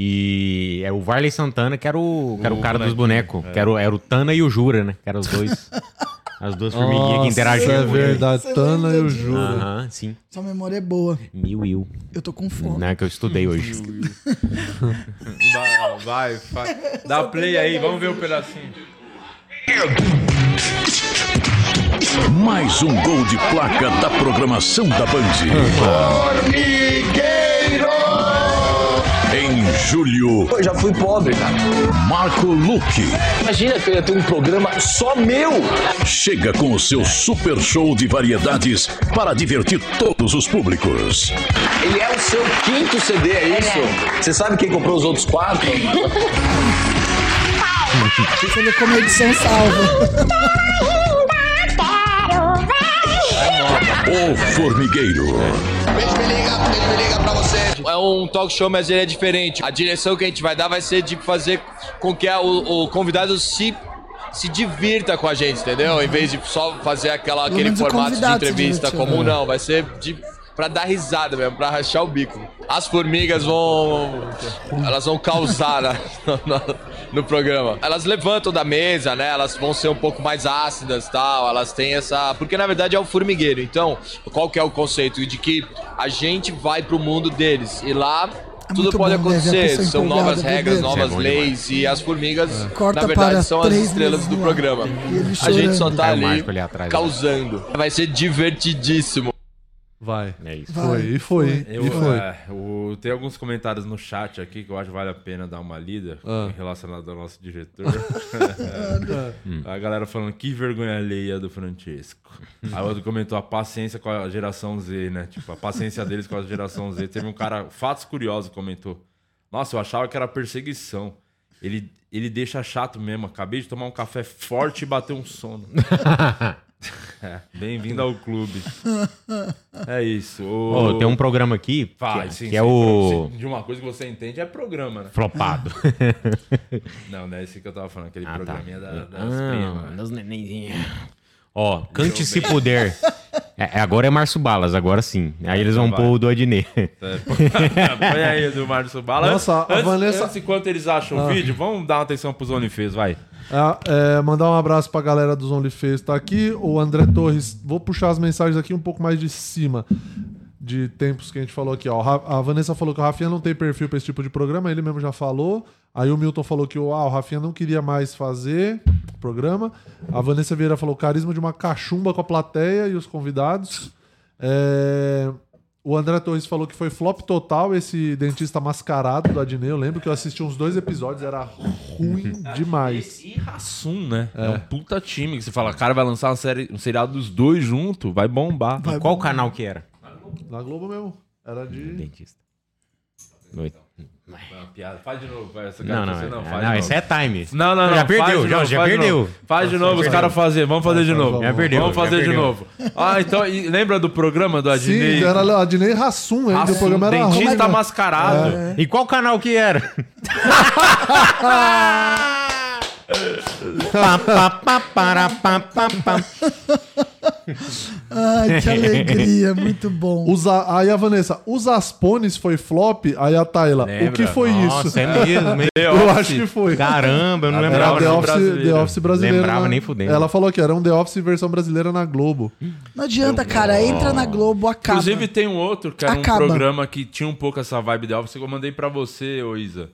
E é o Varley Santana, que era o, que era o, O é. cara dos bonequinho, bonecos. Que era o, era o Tana e o Jura, né? Que eram os <laughs> dois. as duas formiguinhas que interagiam. Isso é com ele. verdade. Você Tana e lembra o disso? Jura. Aham, sim. Sua memória é boa. Mil e um. Eu tô com fome. Não é que eu estudei hoje. Vai, vai, vai. Dá play aí, vamos ver um pedacinho. Mais um gol de placa da programação da Band. Formigueiro! Em julho. Eu já fui pobre, cara. Marco Luque Imagina que eu ia ter um programa só meu. chega com o seu super show de variedades para divertir todos os públicos. Ele é o seu quinto CD, é isso? Você sabe quem comprou os outros quatro? Você não comeu de São Salvo. O Formigueiro. É um talk show, mas ele é diferente. A direção que a gente vai dar vai ser de fazer com que a- o, o convidado se, se divirta com a gente, entendeu? Em vez de só fazer aquela, Pelo aquele menos o formato de convidado se entrevista divertiu, comum, né? não. Vai ser de, pra dar risada mesmo, pra rachar o bico. As formigas vão. Elas vão causar na- no, no programa. Elas levantam da mesa, né? Elas vão ser um pouco mais ácidas e tal. Elas têm essa. Porque na verdade é o formigueiro. Então, qual que é o conceito? De que a gente vai pro mundo deles. E lá. Tudo muito pode bom, né? Ver a acontecer, pessoa são novas empolgada, regras, bebê. novas Isso é bom leis e as formigas, É. Corta na para verdade, são as três estrelas meses do no ar. programa. ele A gente só chorando. tá É o ali, Marco ali atrás, né? causando. Vai ser divertidíssimo. Vai. É isso. Foi, e foi. Eu, e foi. é, o- tem alguns comentários no chat aqui que eu acho que vale a pena dar uma lida Ah. relacionado ao nosso <laughs> diretor. Ah. <laughs> a galera falando que vergonha alheia do Francesco. Aí outro comentou a paciência com a geração Z, né? Tipo, a <laughs> paciência deles com a geração Z. Teve um cara, fatos curiosos, comentou. Nossa, eu achava que era perseguição. Ele, ele deixa chato mesmo. Acabei de tomar um café forte e bater <laughs> um sono. É, Bem-vindo ao clube. É isso. O- Ô, tem um programa aqui que Vai, é- sim, que sim, é o- pra- se- De uma coisa que você entende é programa, né? Flopado. não, não é esse que eu tava falando, aquele Ah, tá. programinha da, das Ah, primas. né? Das nenenzinhas. <laughs> Ó, cante se puder. É, é, agora é Márcio Balas, agora sim. Aí eles vão Então vai. pôr o do Adnet. <laughs> Põe aí do Márcio Bala. Nossa, a antes, Vanessa- antes, enquanto eles acham o Ah. vídeo, vamos dar uma atenção pros OnlyFans, vai. Ah, é, mandar um abraço pra galera dos OnlyFans tá aqui. O André Torres, vou puxar as mensagens aqui um pouco mais de cima. De tempos que a gente falou aqui, ó. O Ra- A Vanessa falou que o Rafinha não tem perfil pra esse tipo de programa, ele mesmo já falou. Aí o Milton falou que ah, o Rafinha não queria mais fazer o programa. A Vanessa Vieira falou carisma de uma cachumba com a plateia e os convidados. É, O André Torres falou que foi flop total esse dentista mascarado do Adnei. Eu lembro que eu assisti uns dois episódios, era ruim demais. E Rassum, né? É. É. um puta time que você fala, cara, vai lançar uma série, um seriado dos dois junto, vai bombar. Vai Qual bombar. canal que era? Na Globo mesmo. Era de. Dentista. Noite. Vai, uma piada. Faz de novo, vai. Essa Não, cara não, você é- faz não, de esse novo. é time. Não, não, não. Já faz perdeu, de já- novo, já faz de perdeu. novo. Faz de Já novo, os perdeu. caras fazer. Vamos fazer de Já novo. perdeu, Vamos já fazer de perdeu. novo. Ah, então, e lembra do programa do Adnei? Sim, era lá, Adnei Rassum, ainda. O Rassum, programa era ruim. dentista né? mascarado. É. E qual canal que era? Pá, pá, pá, pará, pá, pá, pá. É. Ai, que <laughs> alegria, muito bom. Usa, aí a Vanessa, os Aspones foi flop? Aí a Tayla, o que foi Nossa, isso? é <laughs> mesmo, hein? Eu acho que foi. Caramba, eu não Era lembrava, The não. Office Brasileiro. brasileiro. The Office brasileiro Lembrava na- nem fudendo. Ela falou que era um The Office versão brasileira na Globo. Não adianta, cara. Entra na Globo, acaba. Inclusive tem um outro que era um Acaba. programa que tinha um pouco essa vibe de Office que eu mandei pra você, ô Isa.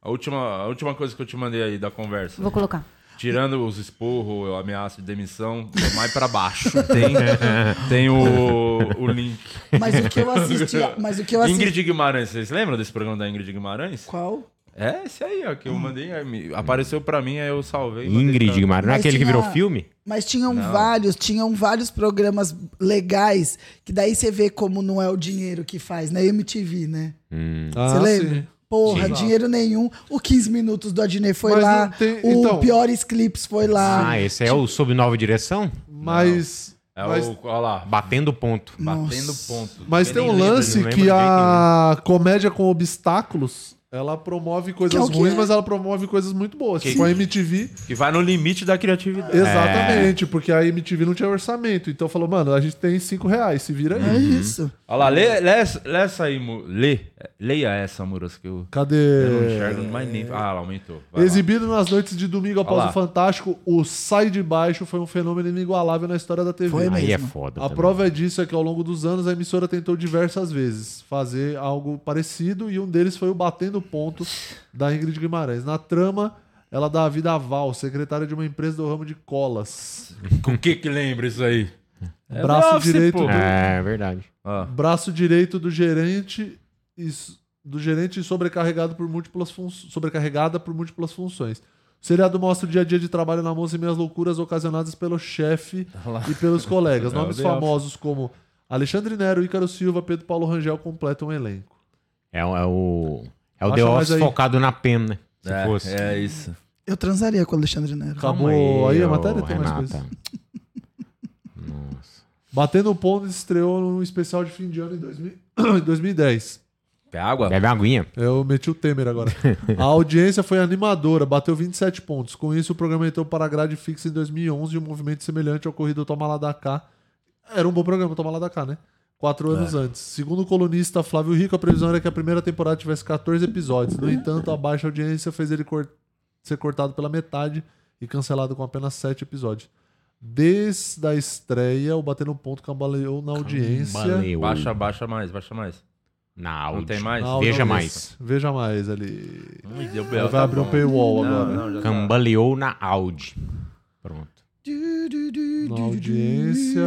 A última, a última coisa que eu te mandei aí da conversa. Vou colocar. Tirando os esporros, a ameaça de demissão, mais <laughs> pra baixo. Tem, né? tem o, o link. Mas o que eu assisti- mas o que eu assisti- Ingrid Guimarães, vocês lembram desse programa da Ingrid Guimarães? Qual? É esse aí, ó, que eu mandei. aí me- Apareceu pra mim, aí eu salvei. e mandei Ingrid pra- Guimarães, não é Mas aquele que tinha- virou filme? Mas tinham Não. vários, tinham vários programas legais, que daí você vê como não é o dinheiro que faz, na MTV, né? Hum. Ah, Você lembra? É. Porra, Sim. dinheiro nenhum. O 15 minutos do Adnet foi Mas lá. não tem- O então- Piores Clips foi lá. Ah, esse é o Sob Nova Direção? Mas. É mas- o. Olha lá. Batendo ponto. Batendo ponto. Mas Eu tem nem um lembro, lance não lembro que direito, a comédia com obstáculos, ela promove Que é coisas o que ruins, é. mas ela promove coisas muito boas. Que- Tipo a MTV. Que vai no limite da criatividade. É. Exatamente, porque a MTV não tinha orçamento. Então falou, mano, a gente tem 5 reais, se vira aí. É isso. Olha lá, lê, lê, essa- lê essa aí, Mu- lê, leia essa, Muras, que eu, Cadê? eu não enxergo mais nem... Ah, lá, aumentou. Vai lá. <laughs> Exibido nas noites de domingo após Olha lá. o Fantástico, o Sai de Baixo foi um fenômeno inigualável na história da TV. Foi Aí mesmo. é foda A também. prova disso é que ao longo dos anos a emissora tentou diversas vezes fazer algo parecido e um deles foi o Batendo Ponto da Ingrid Guimarães. Na trama, ela dá a vida a Val, secretária de uma empresa do ramo de colas. O que que lembra isso aí? É <laughs> braço Office, direito pô. do... É, verdade. braço direito do gerente e s- do gerente sobrecarregado por múltiplas fun- sobrecarregada por múltiplas funções. O seriado mostra o dia a dia de trabalho na moça e meio as loucuras ocasionadas pelo chefe Olha lá. e pelos colegas. É, Nomes The Office. famosos como Alexandre Nero, Ícaro Silva, Pedro Paulo Rangel completam o elenco. É, o- é o. É o Acha The mais Office aí. focado na pena, né? Se É, fosse. é isso. Eu transaria com o Alexandre Nero. Acabou aí, a ô, matéria? Tem mais Renata. coisa. Batendo o ponto estreou num especial de fim de ano em 2000 <coughs> em 2010. Quer água? Bebe aguinha. Eu meti o Temer agora. A audiência foi animadora, bateu 27 pontos. Com isso, o programa entrou para a grade fixa em 2011 e um movimento semelhante ao ocorrido Toma Lá da Cá. Era um bom programa, Toma Lá da Cá, né? Quatro anos antes. Segundo o colunista Flávio Rico, a previsão era que a primeira temporada tivesse 14 episódios. No entanto, a baixa audiência fez ele cor- ser cortado pela metade e cancelado com apenas 7 episódios. Desde a estreia, o Batendo Ponto cambaleou na audiência. Baixa, baixa mais, baixa mais. Não, tem mais? Não, não, Veja mais ali. Ai, deu Ele belo, vai tá abrir um bom. paywall Não, agora. não, já tá. Cambaleou na Audi. Pronto. Na audiência.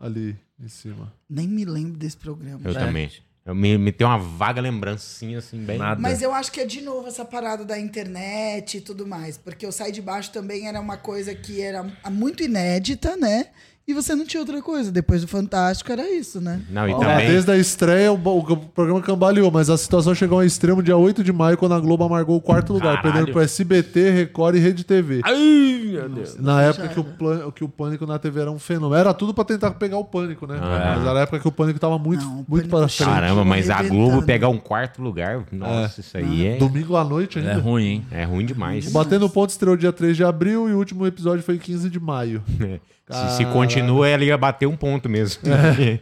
ali em cima. Nem me lembro desse programa. Eu gente. também. Eu me, me tenho uma vaga lembrancinha, assim, bem... Nada. Mas eu acho que é de novo essa parada da internet e tudo mais. Porque o Sai de Baixo também era uma coisa que era muito inédita, né? E você não tinha outra coisa. Depois do Fantástico era isso, né? Não, e Ó, também... Desde a estreia, o, bo- o programa cambaleou, mas a situação chegou ao extremo dia 8 de maio, quando a Globo amargou o quarto lugar, Caralho. perdendo pro SBT, Record e Rede TV. Ai, meu Deus. Na época que o, plan- que o pânico na TV era um fenômeno. Era tudo pra tentar pegar o pânico, né? Ah, é. Mas era a época que o pânico tava muito, muito para frente. Caramba, mas a Globo pegar um quarto lugar, nossa, isso aí é... Domingo à noite ainda. É ruim, hein? É ruim demais. O Batendo Ponto estreou dia 3 de abril e o último episódio foi 15 de maio. Se, <laughs> É, se Caralho. continua, ela ia bater um ponto mesmo. <laughs> É.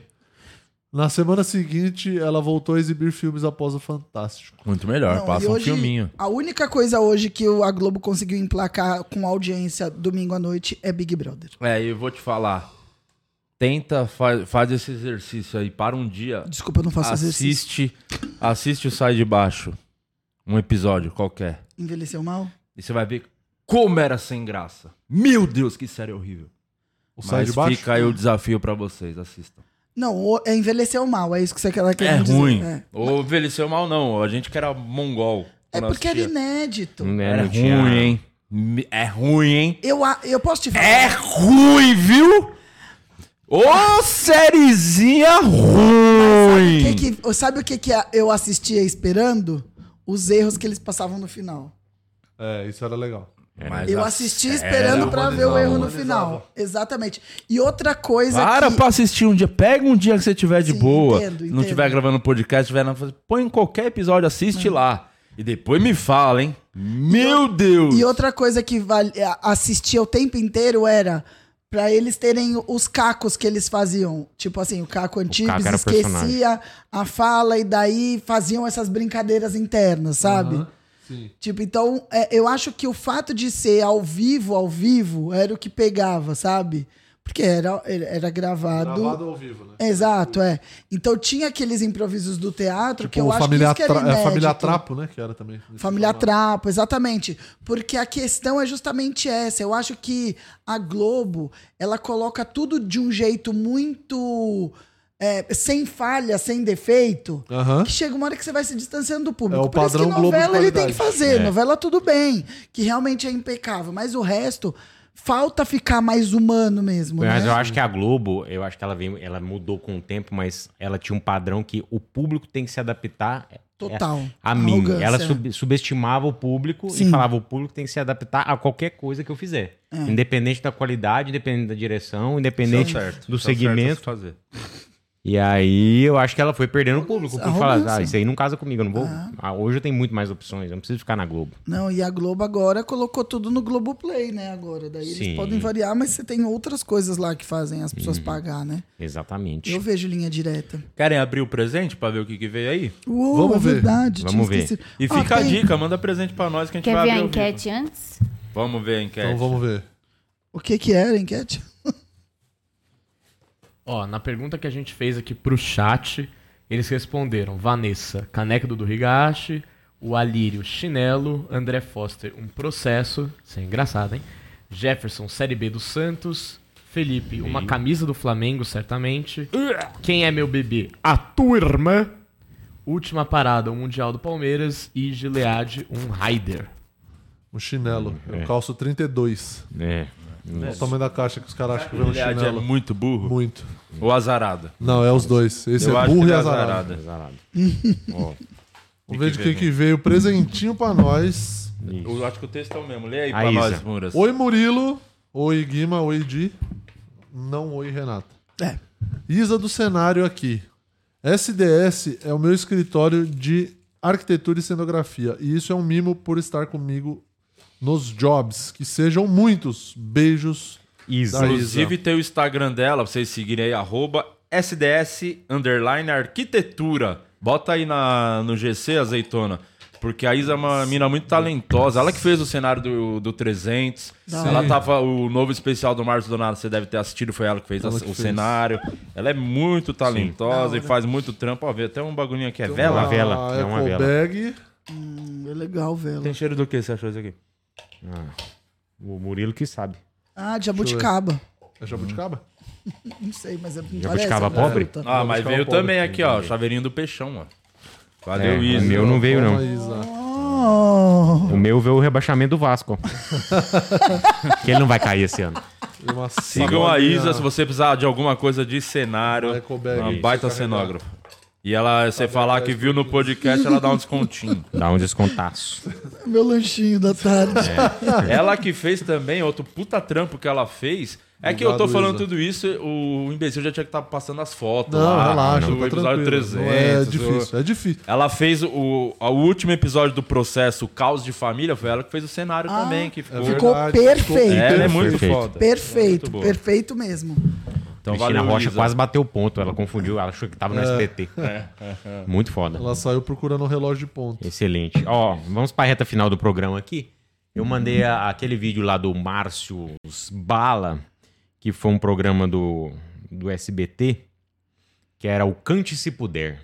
Na semana seguinte, ela voltou a exibir filmes após o Fantástico. Muito melhor, Não, e hoje, A única coisa hoje que o- a Globo conseguiu emplacar com audiência domingo à noite é Big Brother. É, eu vou te falar. Tenta, fa faz esse exercício aí. Para um dia. Desculpa, eu não faço assiste, exercício. Assiste o Sai de Baixo. Um episódio qualquer. Envelheceu mal? E você vai ver como era sem graça. Meu Deus, que série horrível. O Sai de Baixo? fica aí o desafio pra vocês. Assistam. Não, o- é envelheceu mal, é isso que você quer É dizer. ruim. É. Ou envelheceu mal, não. A gente que era mongol. É porque era inédito. Era não ruim, tinha- hein? Me- É ruim, hein? Eu, a- eu posso te falar. É ruim, viu? Ô, sériezinha ruim! Sabe o que que- sabe o que, que a- eu assistia esperando? Os erros que eles passavam no final. É, isso era legal. é eu assistia esperando pra ver o erro no final. Exatamente. E outra coisa Para que... pra assistir um dia. Pega um dia que você tiver de boa. entendo, Não entendo. tiver gravando podcast, tiver na... põe em qualquer episódio, assiste lá. E depois me fala, hein? Meu Deus! E outra coisa que vale, a- assistia o tempo inteiro era pra eles terem os cacos que eles faziam. Tipo assim, o caco antigo caco era o esquecia personagem. a fala e daí faziam essas brincadeiras internas, sabe? Tipo, então, é, eu acho que o fato de ser ao vivo, ao vivo, era o que pegava, sabe? Porque era, era era gravado. Gravado ao vivo, né? Exato, é. Então tinha aqueles improvisos do teatro que Pô, eu acho que Tipo, família isso que era Tra- é, família inédito. Trapo, né? Que era também. Família Trapo, exatamente. Porque a questão é justamente essa. Eu acho que a Globo, ela coloca tudo de um jeito muito. é, sem falha, sem defeito, Aham. que chega uma hora que você vai se distanciando do público. É o Por isso que padrão Globo de novela ele tem que qualidade. fazer, É. novela tudo bem, que realmente é impecável, mas o resto falta ficar mais humano mesmo. Mas né? eu acho que a Globo, eu acho que ela, veio, ela mudou com o tempo, mas ela tinha um padrão que o público tem que se adaptar é, Total. a mim. Arrogância. Ela sub- subestimava o público Sim. e falava: o público tem que se adaptar a qualquer coisa que eu fizer. É. Independente da qualidade, independente da direção, independente Tá é certo, do tá segmento. certo fazer. E aí eu acho que ela foi perdendo o público por falar, Arrogância. ah, isso aí não casa comigo, eu não vou. Ah, hoje eu tenho muito mais opções, eu não preciso ficar na Globo. Não, e a Globo agora colocou tudo no Globoplay, né? Agora. Daí Sim. eles podem variar, mas você tem outras coisas lá que fazem as Uhum. pessoas pagar, né? Exatamente. Eu vejo linha direta. Querem abrir o presente pra ver o que, que veio aí? Uou, Vamos é ver. verdade, Vamos tinha ver. esquecido. E Ah, fica a tem- dica, manda presente pra nós que a gente Quer vai ver a abrir. ao enquete antes? vivo. Vamos ver a enquete. Então vamos ver. O que que era, a enquete? Ó, na pergunta que a gente fez aqui pro chat, eles responderam: Vanessa, caneca do Durigashi, o Alírio, chinelo, André Foster, um processo, isso é engraçado, hein? Jefferson, série B do Santos, Felipe, uma Ih. camisa do Flamengo, certamente. Quem é meu bebê? A tua irmã. Última parada, o Mundial do Palmeiras e Gilead, um Raider. Um chinelo. É. Eu calço 32. É. Olha o tamanho da caixa que os caras acham que vem um Ele é chinelo. muito burro? Muito. Ou azarado? Não, é os dois. Esse Eu é acho que burro e ele é azarado. azarado. Vamos que ver que de né? quem veio? que veio. Presentinho pra nós. Eu acho que o texto é o mesmo. Lê aí A pra Isa. nós, Muras. Oi, Murilo. Oi, Guima. Oi, Di. Não, oi, Renata. É. Isa do cenário aqui. SDS é o meu escritório de arquitetura e cenografia. E isso é um mimo por estar comigo nos jobs. Que sejam muitos. Beijos. da Inclusive tem o Instagram dela, pra vocês seguirem aí, arroba SDS underline arquitetura. Bota aí na, no GC, azeitona. Porque a Isa é uma mina muito talentosa. Ela que fez o cenário do, do 300. Da Ela hora. tava. O novo especial do Márcio Donato, você deve ter assistido, foi ela que fez Ela a- que o fez. cenário. Ela é muito talentosa e faz muito trampo. Ó, vê até um bagulhinho aqui. É Tem vela? uma vela. É uma vela. Bag. Hum, é legal, velho. Tem cheiro do que você achou isso aqui? O Ah, Murilo que sabe. Ah, de Ah, jabuticaba. É jabuticaba? <laughs> Não sei, mas é Jabuticaba parece uma pobre? fruta. Ah, mas veio pobre. também aqui, ó. Chaveirinho do peixão, ó. Valeu, É, Isa. o meu não veio, não. Toma, O meu veio o rebaixamento do Vasco. que ele não vai cair esse ano. Uma <laughs> Sigam a sabolinha. Isa se você precisar de alguma coisa de cenário. bag, uma isso, baita carregar. cenógrafa. E ela, você falar que viu no podcast, ela dá um descontinho. Dá um descontaço. é Meu lanchinho da tarde. <laughs> É. Ela que fez também, outro puta trampo que ela fez. É que eu tô Obrigado, falando Isa. tudo isso, o imbecil já tinha que estar passando as fotos Não, lá. relaxa, do tá episódio tranquilo. 300. Não é difícil, é difícil. Ela fez o, o último episódio do processo Caos de Família, foi ela que fez o cenário Ah, também. é Que ficou, Ficou perfeito. Ela é muito foda. Perfeito, Muito boa. perfeito mesmo. Então, Cristina valeu, Rocha Isa. quase bateu o ponto. Ela confundiu, ela achou que tava no É. SBT. É, é, é. Muito foda. Ela saiu procurando um relógio de ponto. Excelente. Ó, vamos pra reta final do programa aqui. Eu mandei a- aquele vídeo lá do Márcio Bala, que foi um programa do, do SBT, que era o Cante Se Puder.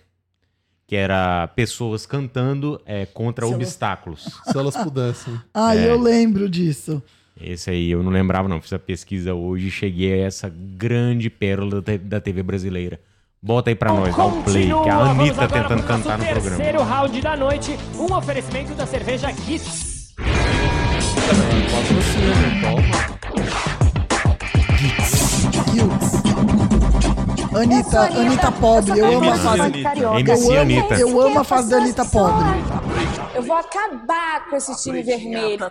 Que era pessoas cantando é, contra Se elas- obstáculos. Se elas pudessem. Ai, É. Ah, eu lembro disso. Esse aí eu não lembrava, não. Fiz a pesquisa hoje e cheguei a essa grande pérola da te- da TV brasileira. Bota aí pra Então nós, dá um play, que a Anitta tentando cantar no Terceiro programa. round da noite, um oferecimento da cerveja Gits. Anitta, Anitta pobre. Eu amo a MC fase. Anitta. Eu MC amo- Anitta. Eu amo a fase da Anitta pobre. Eu vou acabar com esse time vermelho.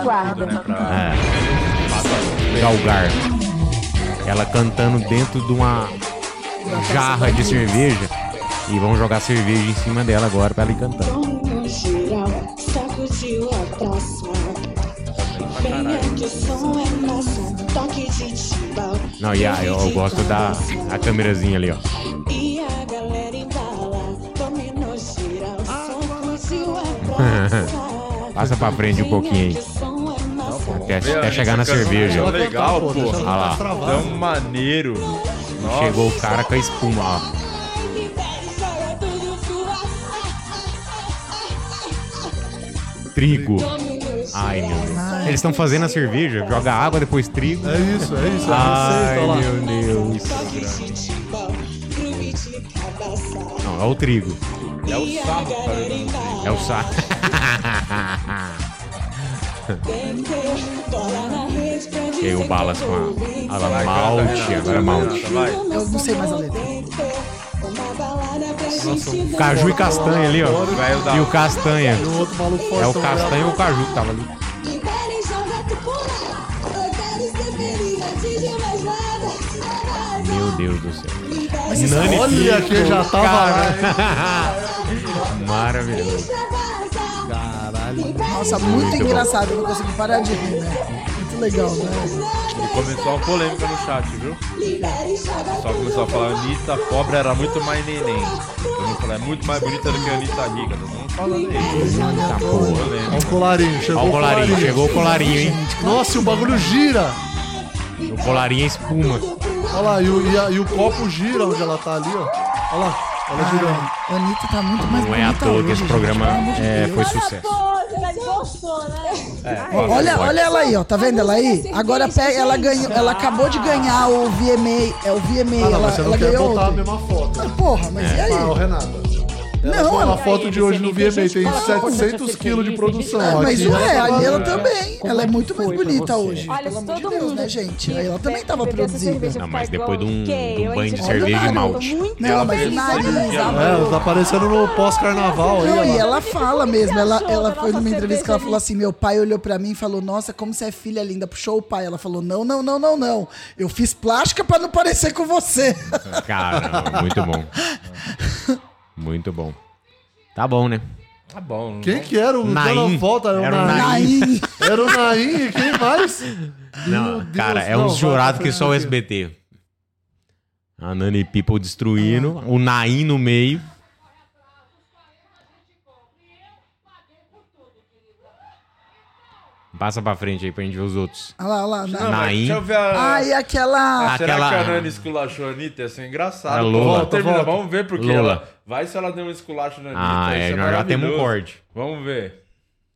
Aguarda. É. Galgar. Ela cantando dentro de uma jarra de cerveja. E vão jogar cerveja em cima dela agora pra ela ir cantando. Vamos girar, sacudiu a né? praça. Venha que o som é nosso, toque de timbal. Não, e a, eu, eu gosto da a câmerazinha ali, ó. <laughs> E a galera embala, dominou girar, sacudiu a praça. Passa pra frente um pouquinho aí. Até, até chegar na cerveja, é ó. Legal, pô. Ah Olha lá. Tão maneiro. Nossa. Chegou o cara com a espuma, ó. Trigo. Ai, meu Deus. Eles estão fazendo a cerveja, joga água, depois trigo. É isso, é isso, é Ai, a receita, meu Deus. Não, é o trigo. É o sarro, É o saco. <laughs> <laughs> Chega o balas com a. Olha lá, malte, agora é malte. Eu não sei mais a letra. Caju e castanha ali, ó. E o castanha. E o outro maluco É o fortão, castanha né? ou o caju que tava ali. Meu Deus do céu. Mas isso- olha Pico, que já tava lá, cara. <laughs> Maravilhoso. Caralho. Nossa, muito, Muito bom. engraçado. Eu não consegui parar de rir, né? Muito legal, né? E começou uma polêmica no chat, viu? O pessoal começou a falar, Anitta pobre era muito mais neném. Todo mundo falou, é muito mais bonita do que a Anitta rica. Todo mundo falando isso. né? Tá boa. Olha o colarinho, chegou Ó o colarinho, chegou o colarinho, hein? Nossa, e o bagulho gira. O colarinho é espuma. Olha lá, e o, e a- e o copo gira onde ela tá ali, ó. Olha lá, ela girando. A Anitta tá muito mais Não é à bonita toa hoje, que esse gente, programa pelo amor de é, Deus. foi sucesso. é Olha, olha ela aí, ó. Tá vendo ela aí? Agora pega, ela ganhou, ela acabou de ganhar o VMA, é o VMA, Ah, não, ela, mas você não ela quer ganhou. botar a outro. mesma foto. Ah, porra, mas É. e aí? Ah, ô, Renata. Ela Não, não, ela- é a foto de hoje no VMA tem fala com 700 quilos de produção. Ah, Aqui mas ela ué, tá a Nela fazendo. também. Ela é muito mais bonita hoje. Olha, pelo se amor de todo Deus, mundo né, gente? que Ela também bebe- tava beber essa produzida. cerveja Não, mas ficar depois igual de um- que de um eu, banho de hein, cerveja Olha o e nariz, malte. muito- Não, mas o nariz, a É, ela tá aparecendo no pós-carnaval aí. Não, e ela- ela fala mesmo. Ela, ela foi numa entrevista que ela falou assim: meu pai olhou pra mim e falou, nossa, como você é filha linda. Puxou o pai. Ela falou: não, não, não, não, não. Eu fiz plástica pra não parecer com você. Caramba, Ah, muito bom. <laughs> Muito bom. Tá bom, né? Tá bom. Quem que era o Naim. Naim. volta? Era o Naim. Era o Naim, e quem mais? Não, Meu Deus, cara, é não, um vai, jurado vai, que só o vai. SBT. A Nani People destruindo, o Nain no meio. Passa pra frente aí pra gente ver os outros. Olha Tá lá, olha lá. Não, mas Naim. deixa eu ver a... Ah, e aquela. Ah, Será Aquela- que a Nani esculachou a Anitta? Isso é engraçado. É Lola. Vamos, terminar, Volta, vamos ver porque Lola. ela... Vai se ela deu um esculacho na Anitta. Ah, é, isso nós já temos um maravilhoso. corte. Vamos ver.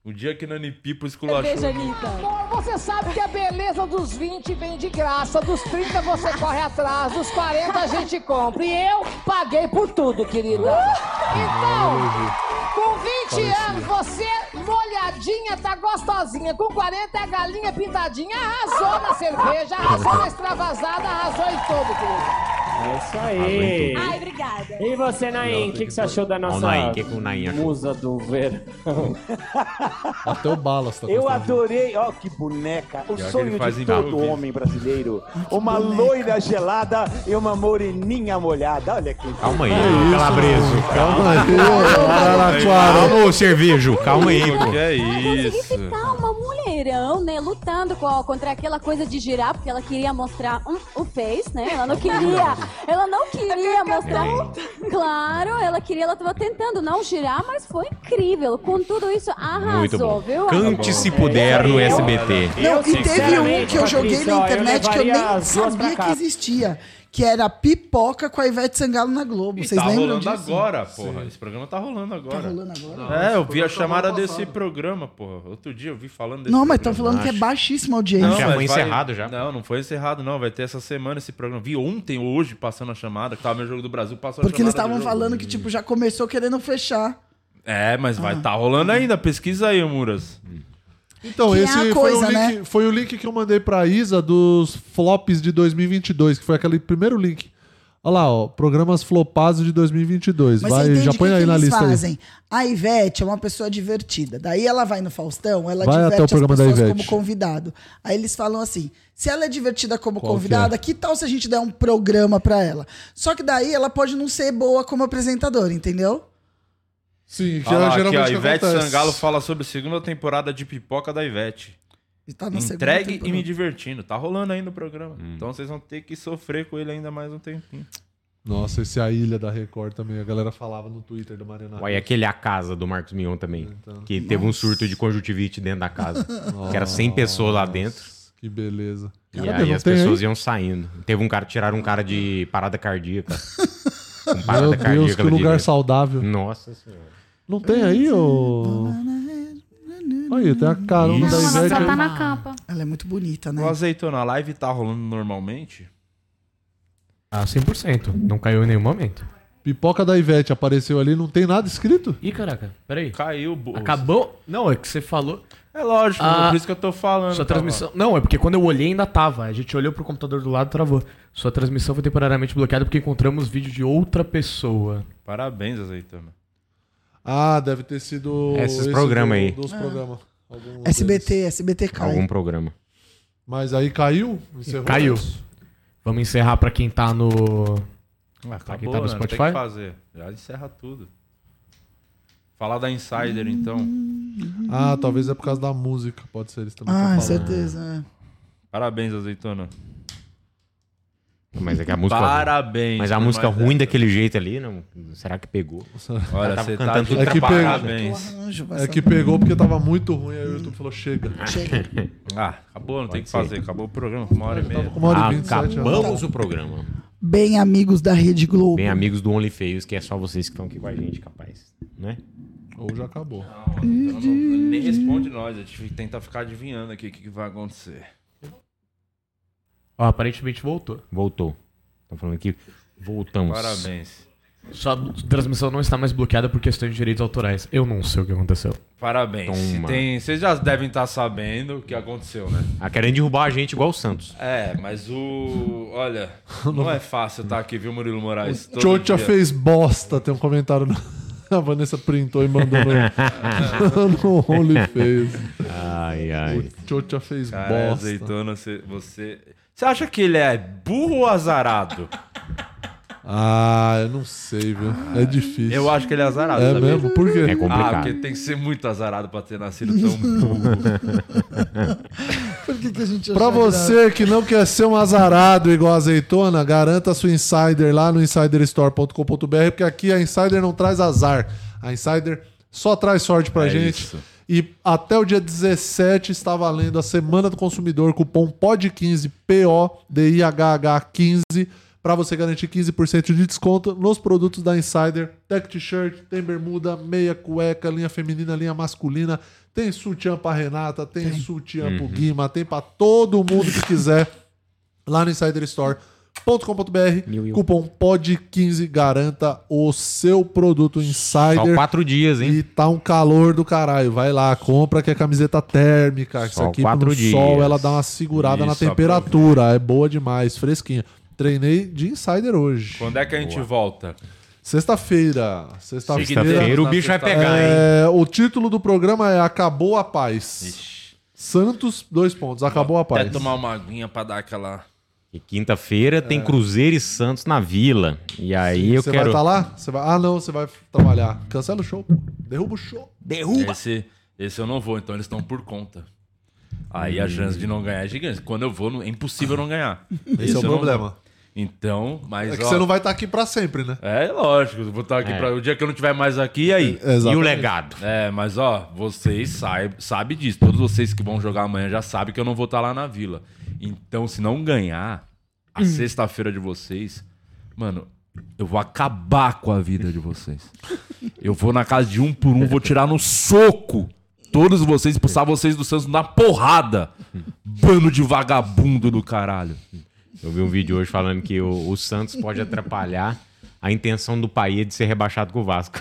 O dia que Nani Pipo esculachou. Cerveja, Anitta. você sabe que a beleza dos 20 vem de graça, dos 30 você corre atrás, dos 40 a gente compra. E eu paguei por tudo, querida. Ah. Então, com 20 Parecia. anos você molhadinha, tá gostosinha. Com 40 é galinha pintadinha, arrasou na cerveja, arrasou na extravasada, arrasou em tudo, querida. É isso aí. Aguentou. Ai, obrigada. E você, Nain, o que, que você achou da nossa Nain, o que que o Nain achou? musa do verão? Até o Balas tá Eu gostando. adorei, ó que boneca, o Pior que ele sonho faz de em todo barulho. homem brasileiro. Uma loira gelada e uma moreninha molhada, olha que... Calma aí, calabreso. Calma aí, Araraquara. Calma, ô cervejo, calma aí, pô. Que é Consegui ficar uma mulherão, né? Lutando com- contra aquela coisa de girar, porque ela queria mostrar hum, o face, né? Ela não queria. Ela não Tá queria mostrar. Claro, ela queria, ela tava tentando não girar, mas foi incrível. Com tudo isso, arrasou, Muito bom. viu? Cante se puder no SBT. Não, e teve um sinceramente, que eu joguei Patrícia, ó, na eu internet que eu levaria nem as duas pra sabia que casa. existia. Que era pipoca com a Ivete Sangalo na Globo. Vocês tá lembram rolando disso? agora, porra. Esse programa tá rolando agora. Tá rolando agora? é, eu Esse vi a programa tá chamada rolando desse passado. programa, porra. Outro dia eu vi falando desse Não, mas estão programa. falando que é baixíssima audiência. mas foi vai- encerrado já. Não, não foi encerrado, não. Vai ter essa semana esse programa. Vi ontem ou hoje passando a chamada, que tava meu jogo do Brasil, passou Porque a chamada. eles do estavam jogo. falando que, tipo, já começou querendo fechar. É, mas Ah. vai tá rolando ainda. Pesquisa aí, Muras. Então, Que é esse a foi, o coisa, link, né? foi o link que eu mandei pra Isa dos flops de 2022, que foi aquele primeiro link. Olha lá, ó, programas flopados de 2022. Mas você Vai, entende já o põe que aí que na eles lista aí. fazem? A Ivete é uma pessoa divertida. Daí ela vai no Faustão, ela Vai diverte até o programa as da pessoas como Ivete. convidado. Aí eles falam assim: se ela é divertida como Qual que convidada, que, tal se a gente der um programa pra ela? Só que daí ela pode não ser boa como apresentadora, entendeu? Sim, Olha lá, aqui, ó, geralmente Ivete acontece. Sangalo fala sobre a segunda temporada de Pipoca da Ivete. tá na segunda Entregue e temporada. me divertindo. Tá rolando ainda o programa. Então vocês vão ter que sofrer com ele ainda mais um tempinho. Nossa, esse é A Ilha da Record também, a galera falava no Twitter da Mariana. Olha aquele A Casa do Marcos Mion também. Então. Que teve um surto de conjuntivite dentro da casa. que era 100 pessoas lá dentro. Que beleza. E Cadê? aí Não as tem pessoas iam saindo. Teve um cara, tiraram um cara de parada <laughs> cardíaca. Com Meu Deus, que ela lugar diria. saudável. Nossa senhora. Não tem aí, ô. Aí, tem a carona Isso. da Não, ela Ivete. só tá aí. na capa. Ela é muito bonita, né? O azeitona, a live tá rolando normalmente? Ah, 100%. Não caiu em nenhum momento. Pipoca da Ivete apareceu ali, não tem nada escrito? Ih, caraca, peraí. Caiu, bo... Acabou? Não, é que você falou. É lógico, Ah, por isso que eu tô falando. Sua tá, transmissão. mano. Não, é porque quando eu olhei ainda tava. A gente olhou pro computador do lado e travou. Sua transmissão foi temporariamente bloqueada porque encontramos vídeo de outra pessoa. Parabéns, azeitona. Ah, deve ter sido. Esses esse programa do- aí. Dos Ah. programas. Algum SBT, SBT cai. Algum programa. Mas aí caiu? Encerrou? Caiu. Vamos encerrar pra quem tá no. pra quem Acabou, tá no né? Não Spotify? Tem que fazer. Já encerra tudo. Falar da Insider, então. Hum. Ah, talvez é por causa da música, pode ser. Eles também tão Ah, falando. certeza. Parabéns, azeitona. Mas é que a música. Parabéns, Mas a por música mais ruim essa. daquele jeito ali, não, será que pegou? Olha, Ela tava você tá cantando de tudo É que, atrapalhado. pegou, é que pegou porque tava muito ruim, aí o YouTube falou: chega. <laughs> Ah, acabou, não tem o Pode que ser. fazer. Acabou o programa com uma hora e meia. Ah, com uma hora e vinte e sete, já. Acabamos o programa. Bem amigos da Rede Globo. Bem, amigos do Only Feios, que é só vocês que estão aqui com a gente, capaz. Né? Ou já acabou. Então, não- Uhum. nem responde nós, a gente tenta ficar adivinhando aqui o que, que vai acontecer. Ó, aparentemente voltou. Voltou. Estão falando aqui. Voltamos. Parabéns. Sua transmissão não está mais bloqueada por questões de direitos autorais. Eu não sei o que aconteceu. Parabéns. Se Toma. tem- vocês já devem estar sabendo o que aconteceu, né? Ah, querendo derrubar a gente igual o Santos. É, mas o. <laughs> Olha, não é fácil estar aqui, viu, Murilo Moraes? Todo Tchotcha dia. fez bosta, tem um comentário. no- <laughs> A Vanessa printou e mandou no, <laughs> no OnlyFans. Ai, ai. O Tchotcha fez Cara, bosta. azeitona, você, você. Você acha que ele é burro ou azarado? Ah, eu não sei, viu? É difícil. Eu acho que ele é azarado. É sabia? mesmo? Por quê? Ah, porque tem que ser muito azarado pra ter nascido tão burro. <laughs> Por que, que a gente Pra achou você que não quer ser um azarado igual a azeitona, garanta sua insider lá no insiderstore.com.br, porque aqui a insider não traz azar. A insider só traz sorte pra É gente. isso. E até o dia 17 está valendo a Semana do Consumidor, cupom POD15, P-O-D-I-H-H-15, para você garantir 15% de desconto nos produtos da Insider. Tech T-shirt, tem bermuda, meia cueca, linha feminina, linha masculina. Tem sutiã pra Renata, tem, sutiã Uhum. pro Guima, tem pra todo mundo que quiser lá no um. insiderstore.com.br. Cupom POD15 garanta o seu produto Insider. Só quatro dias, hein? E tá um calor do caralho. Vai lá, compra que é camiseta térmica. Isso aqui quatro pro sol dias. ela dá uma segurada na Isso, temperatura. É boa demais, fresquinha. Treinei de Insider hoje. Quando é que a gente volta? Sexta-feira. Sexta-feira. Sexta-feira o bicho vai pegar, É, O título do programa é Acabou a Paz. Santos, dois pontos. Acabou a Até paz. tomar uma aguinha pra dar aquela. E quinta-feira tem É. Cruzeiro e Santos na Vila. E aí eu Você quero... vai estar lá? Você vai... Ah, não, você vai trabalhar. Cancela o show. pô. Derruba o show. Esse, esse eu não vou, então eles estão por conta. Aí a chance de não ganhar é gigante. Quando eu vou, não- é impossível não ganhar. Hum. Esse é o eu não problema. vou. Então, mas. É que ó, você não vai estar aqui pra <laughs> sempre, né? É lógico, eu vou estar aqui É. pra- o dia que eu não tiver mais aqui, e aí? É, exatamente. E o legado? É, mas ó, vocês sabem sabe disso. Todos vocês que vão jogar amanhã já sabem que eu não vou estar lá na vila. Então, se não ganhar a sexta-feira de vocês, mano, eu vou acabar com a vida de vocês. Eu vou na casa de um por um, vou tirar no soco todos vocês, expulsar vocês do Santos na porrada. Bando de vagabundo do caralho. Eu vi um vídeo hoje falando que o, o Santos pode atrapalhar a intenção do país de ser rebaixado com o Vasco.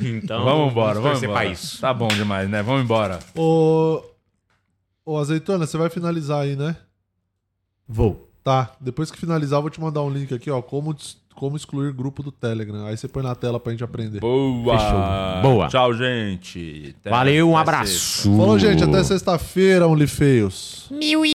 então, vamos embora, vamos torcer embora. pra isso. Tá bom demais, né? Vamos embora. Ô, ô Azeitona, você vai finalizar aí, né? Vou. Tá, depois que finalizar, eu vou te mandar um link aqui, ó. Como, des- como excluir grupo do Telegram. Aí você põe na tela pra gente aprender. Boa. Boa. Tchau, gente. Até- Valeu, um até abraço. sexta. Falou, gente. Até sexta-feira, OnlyFeios. Mil e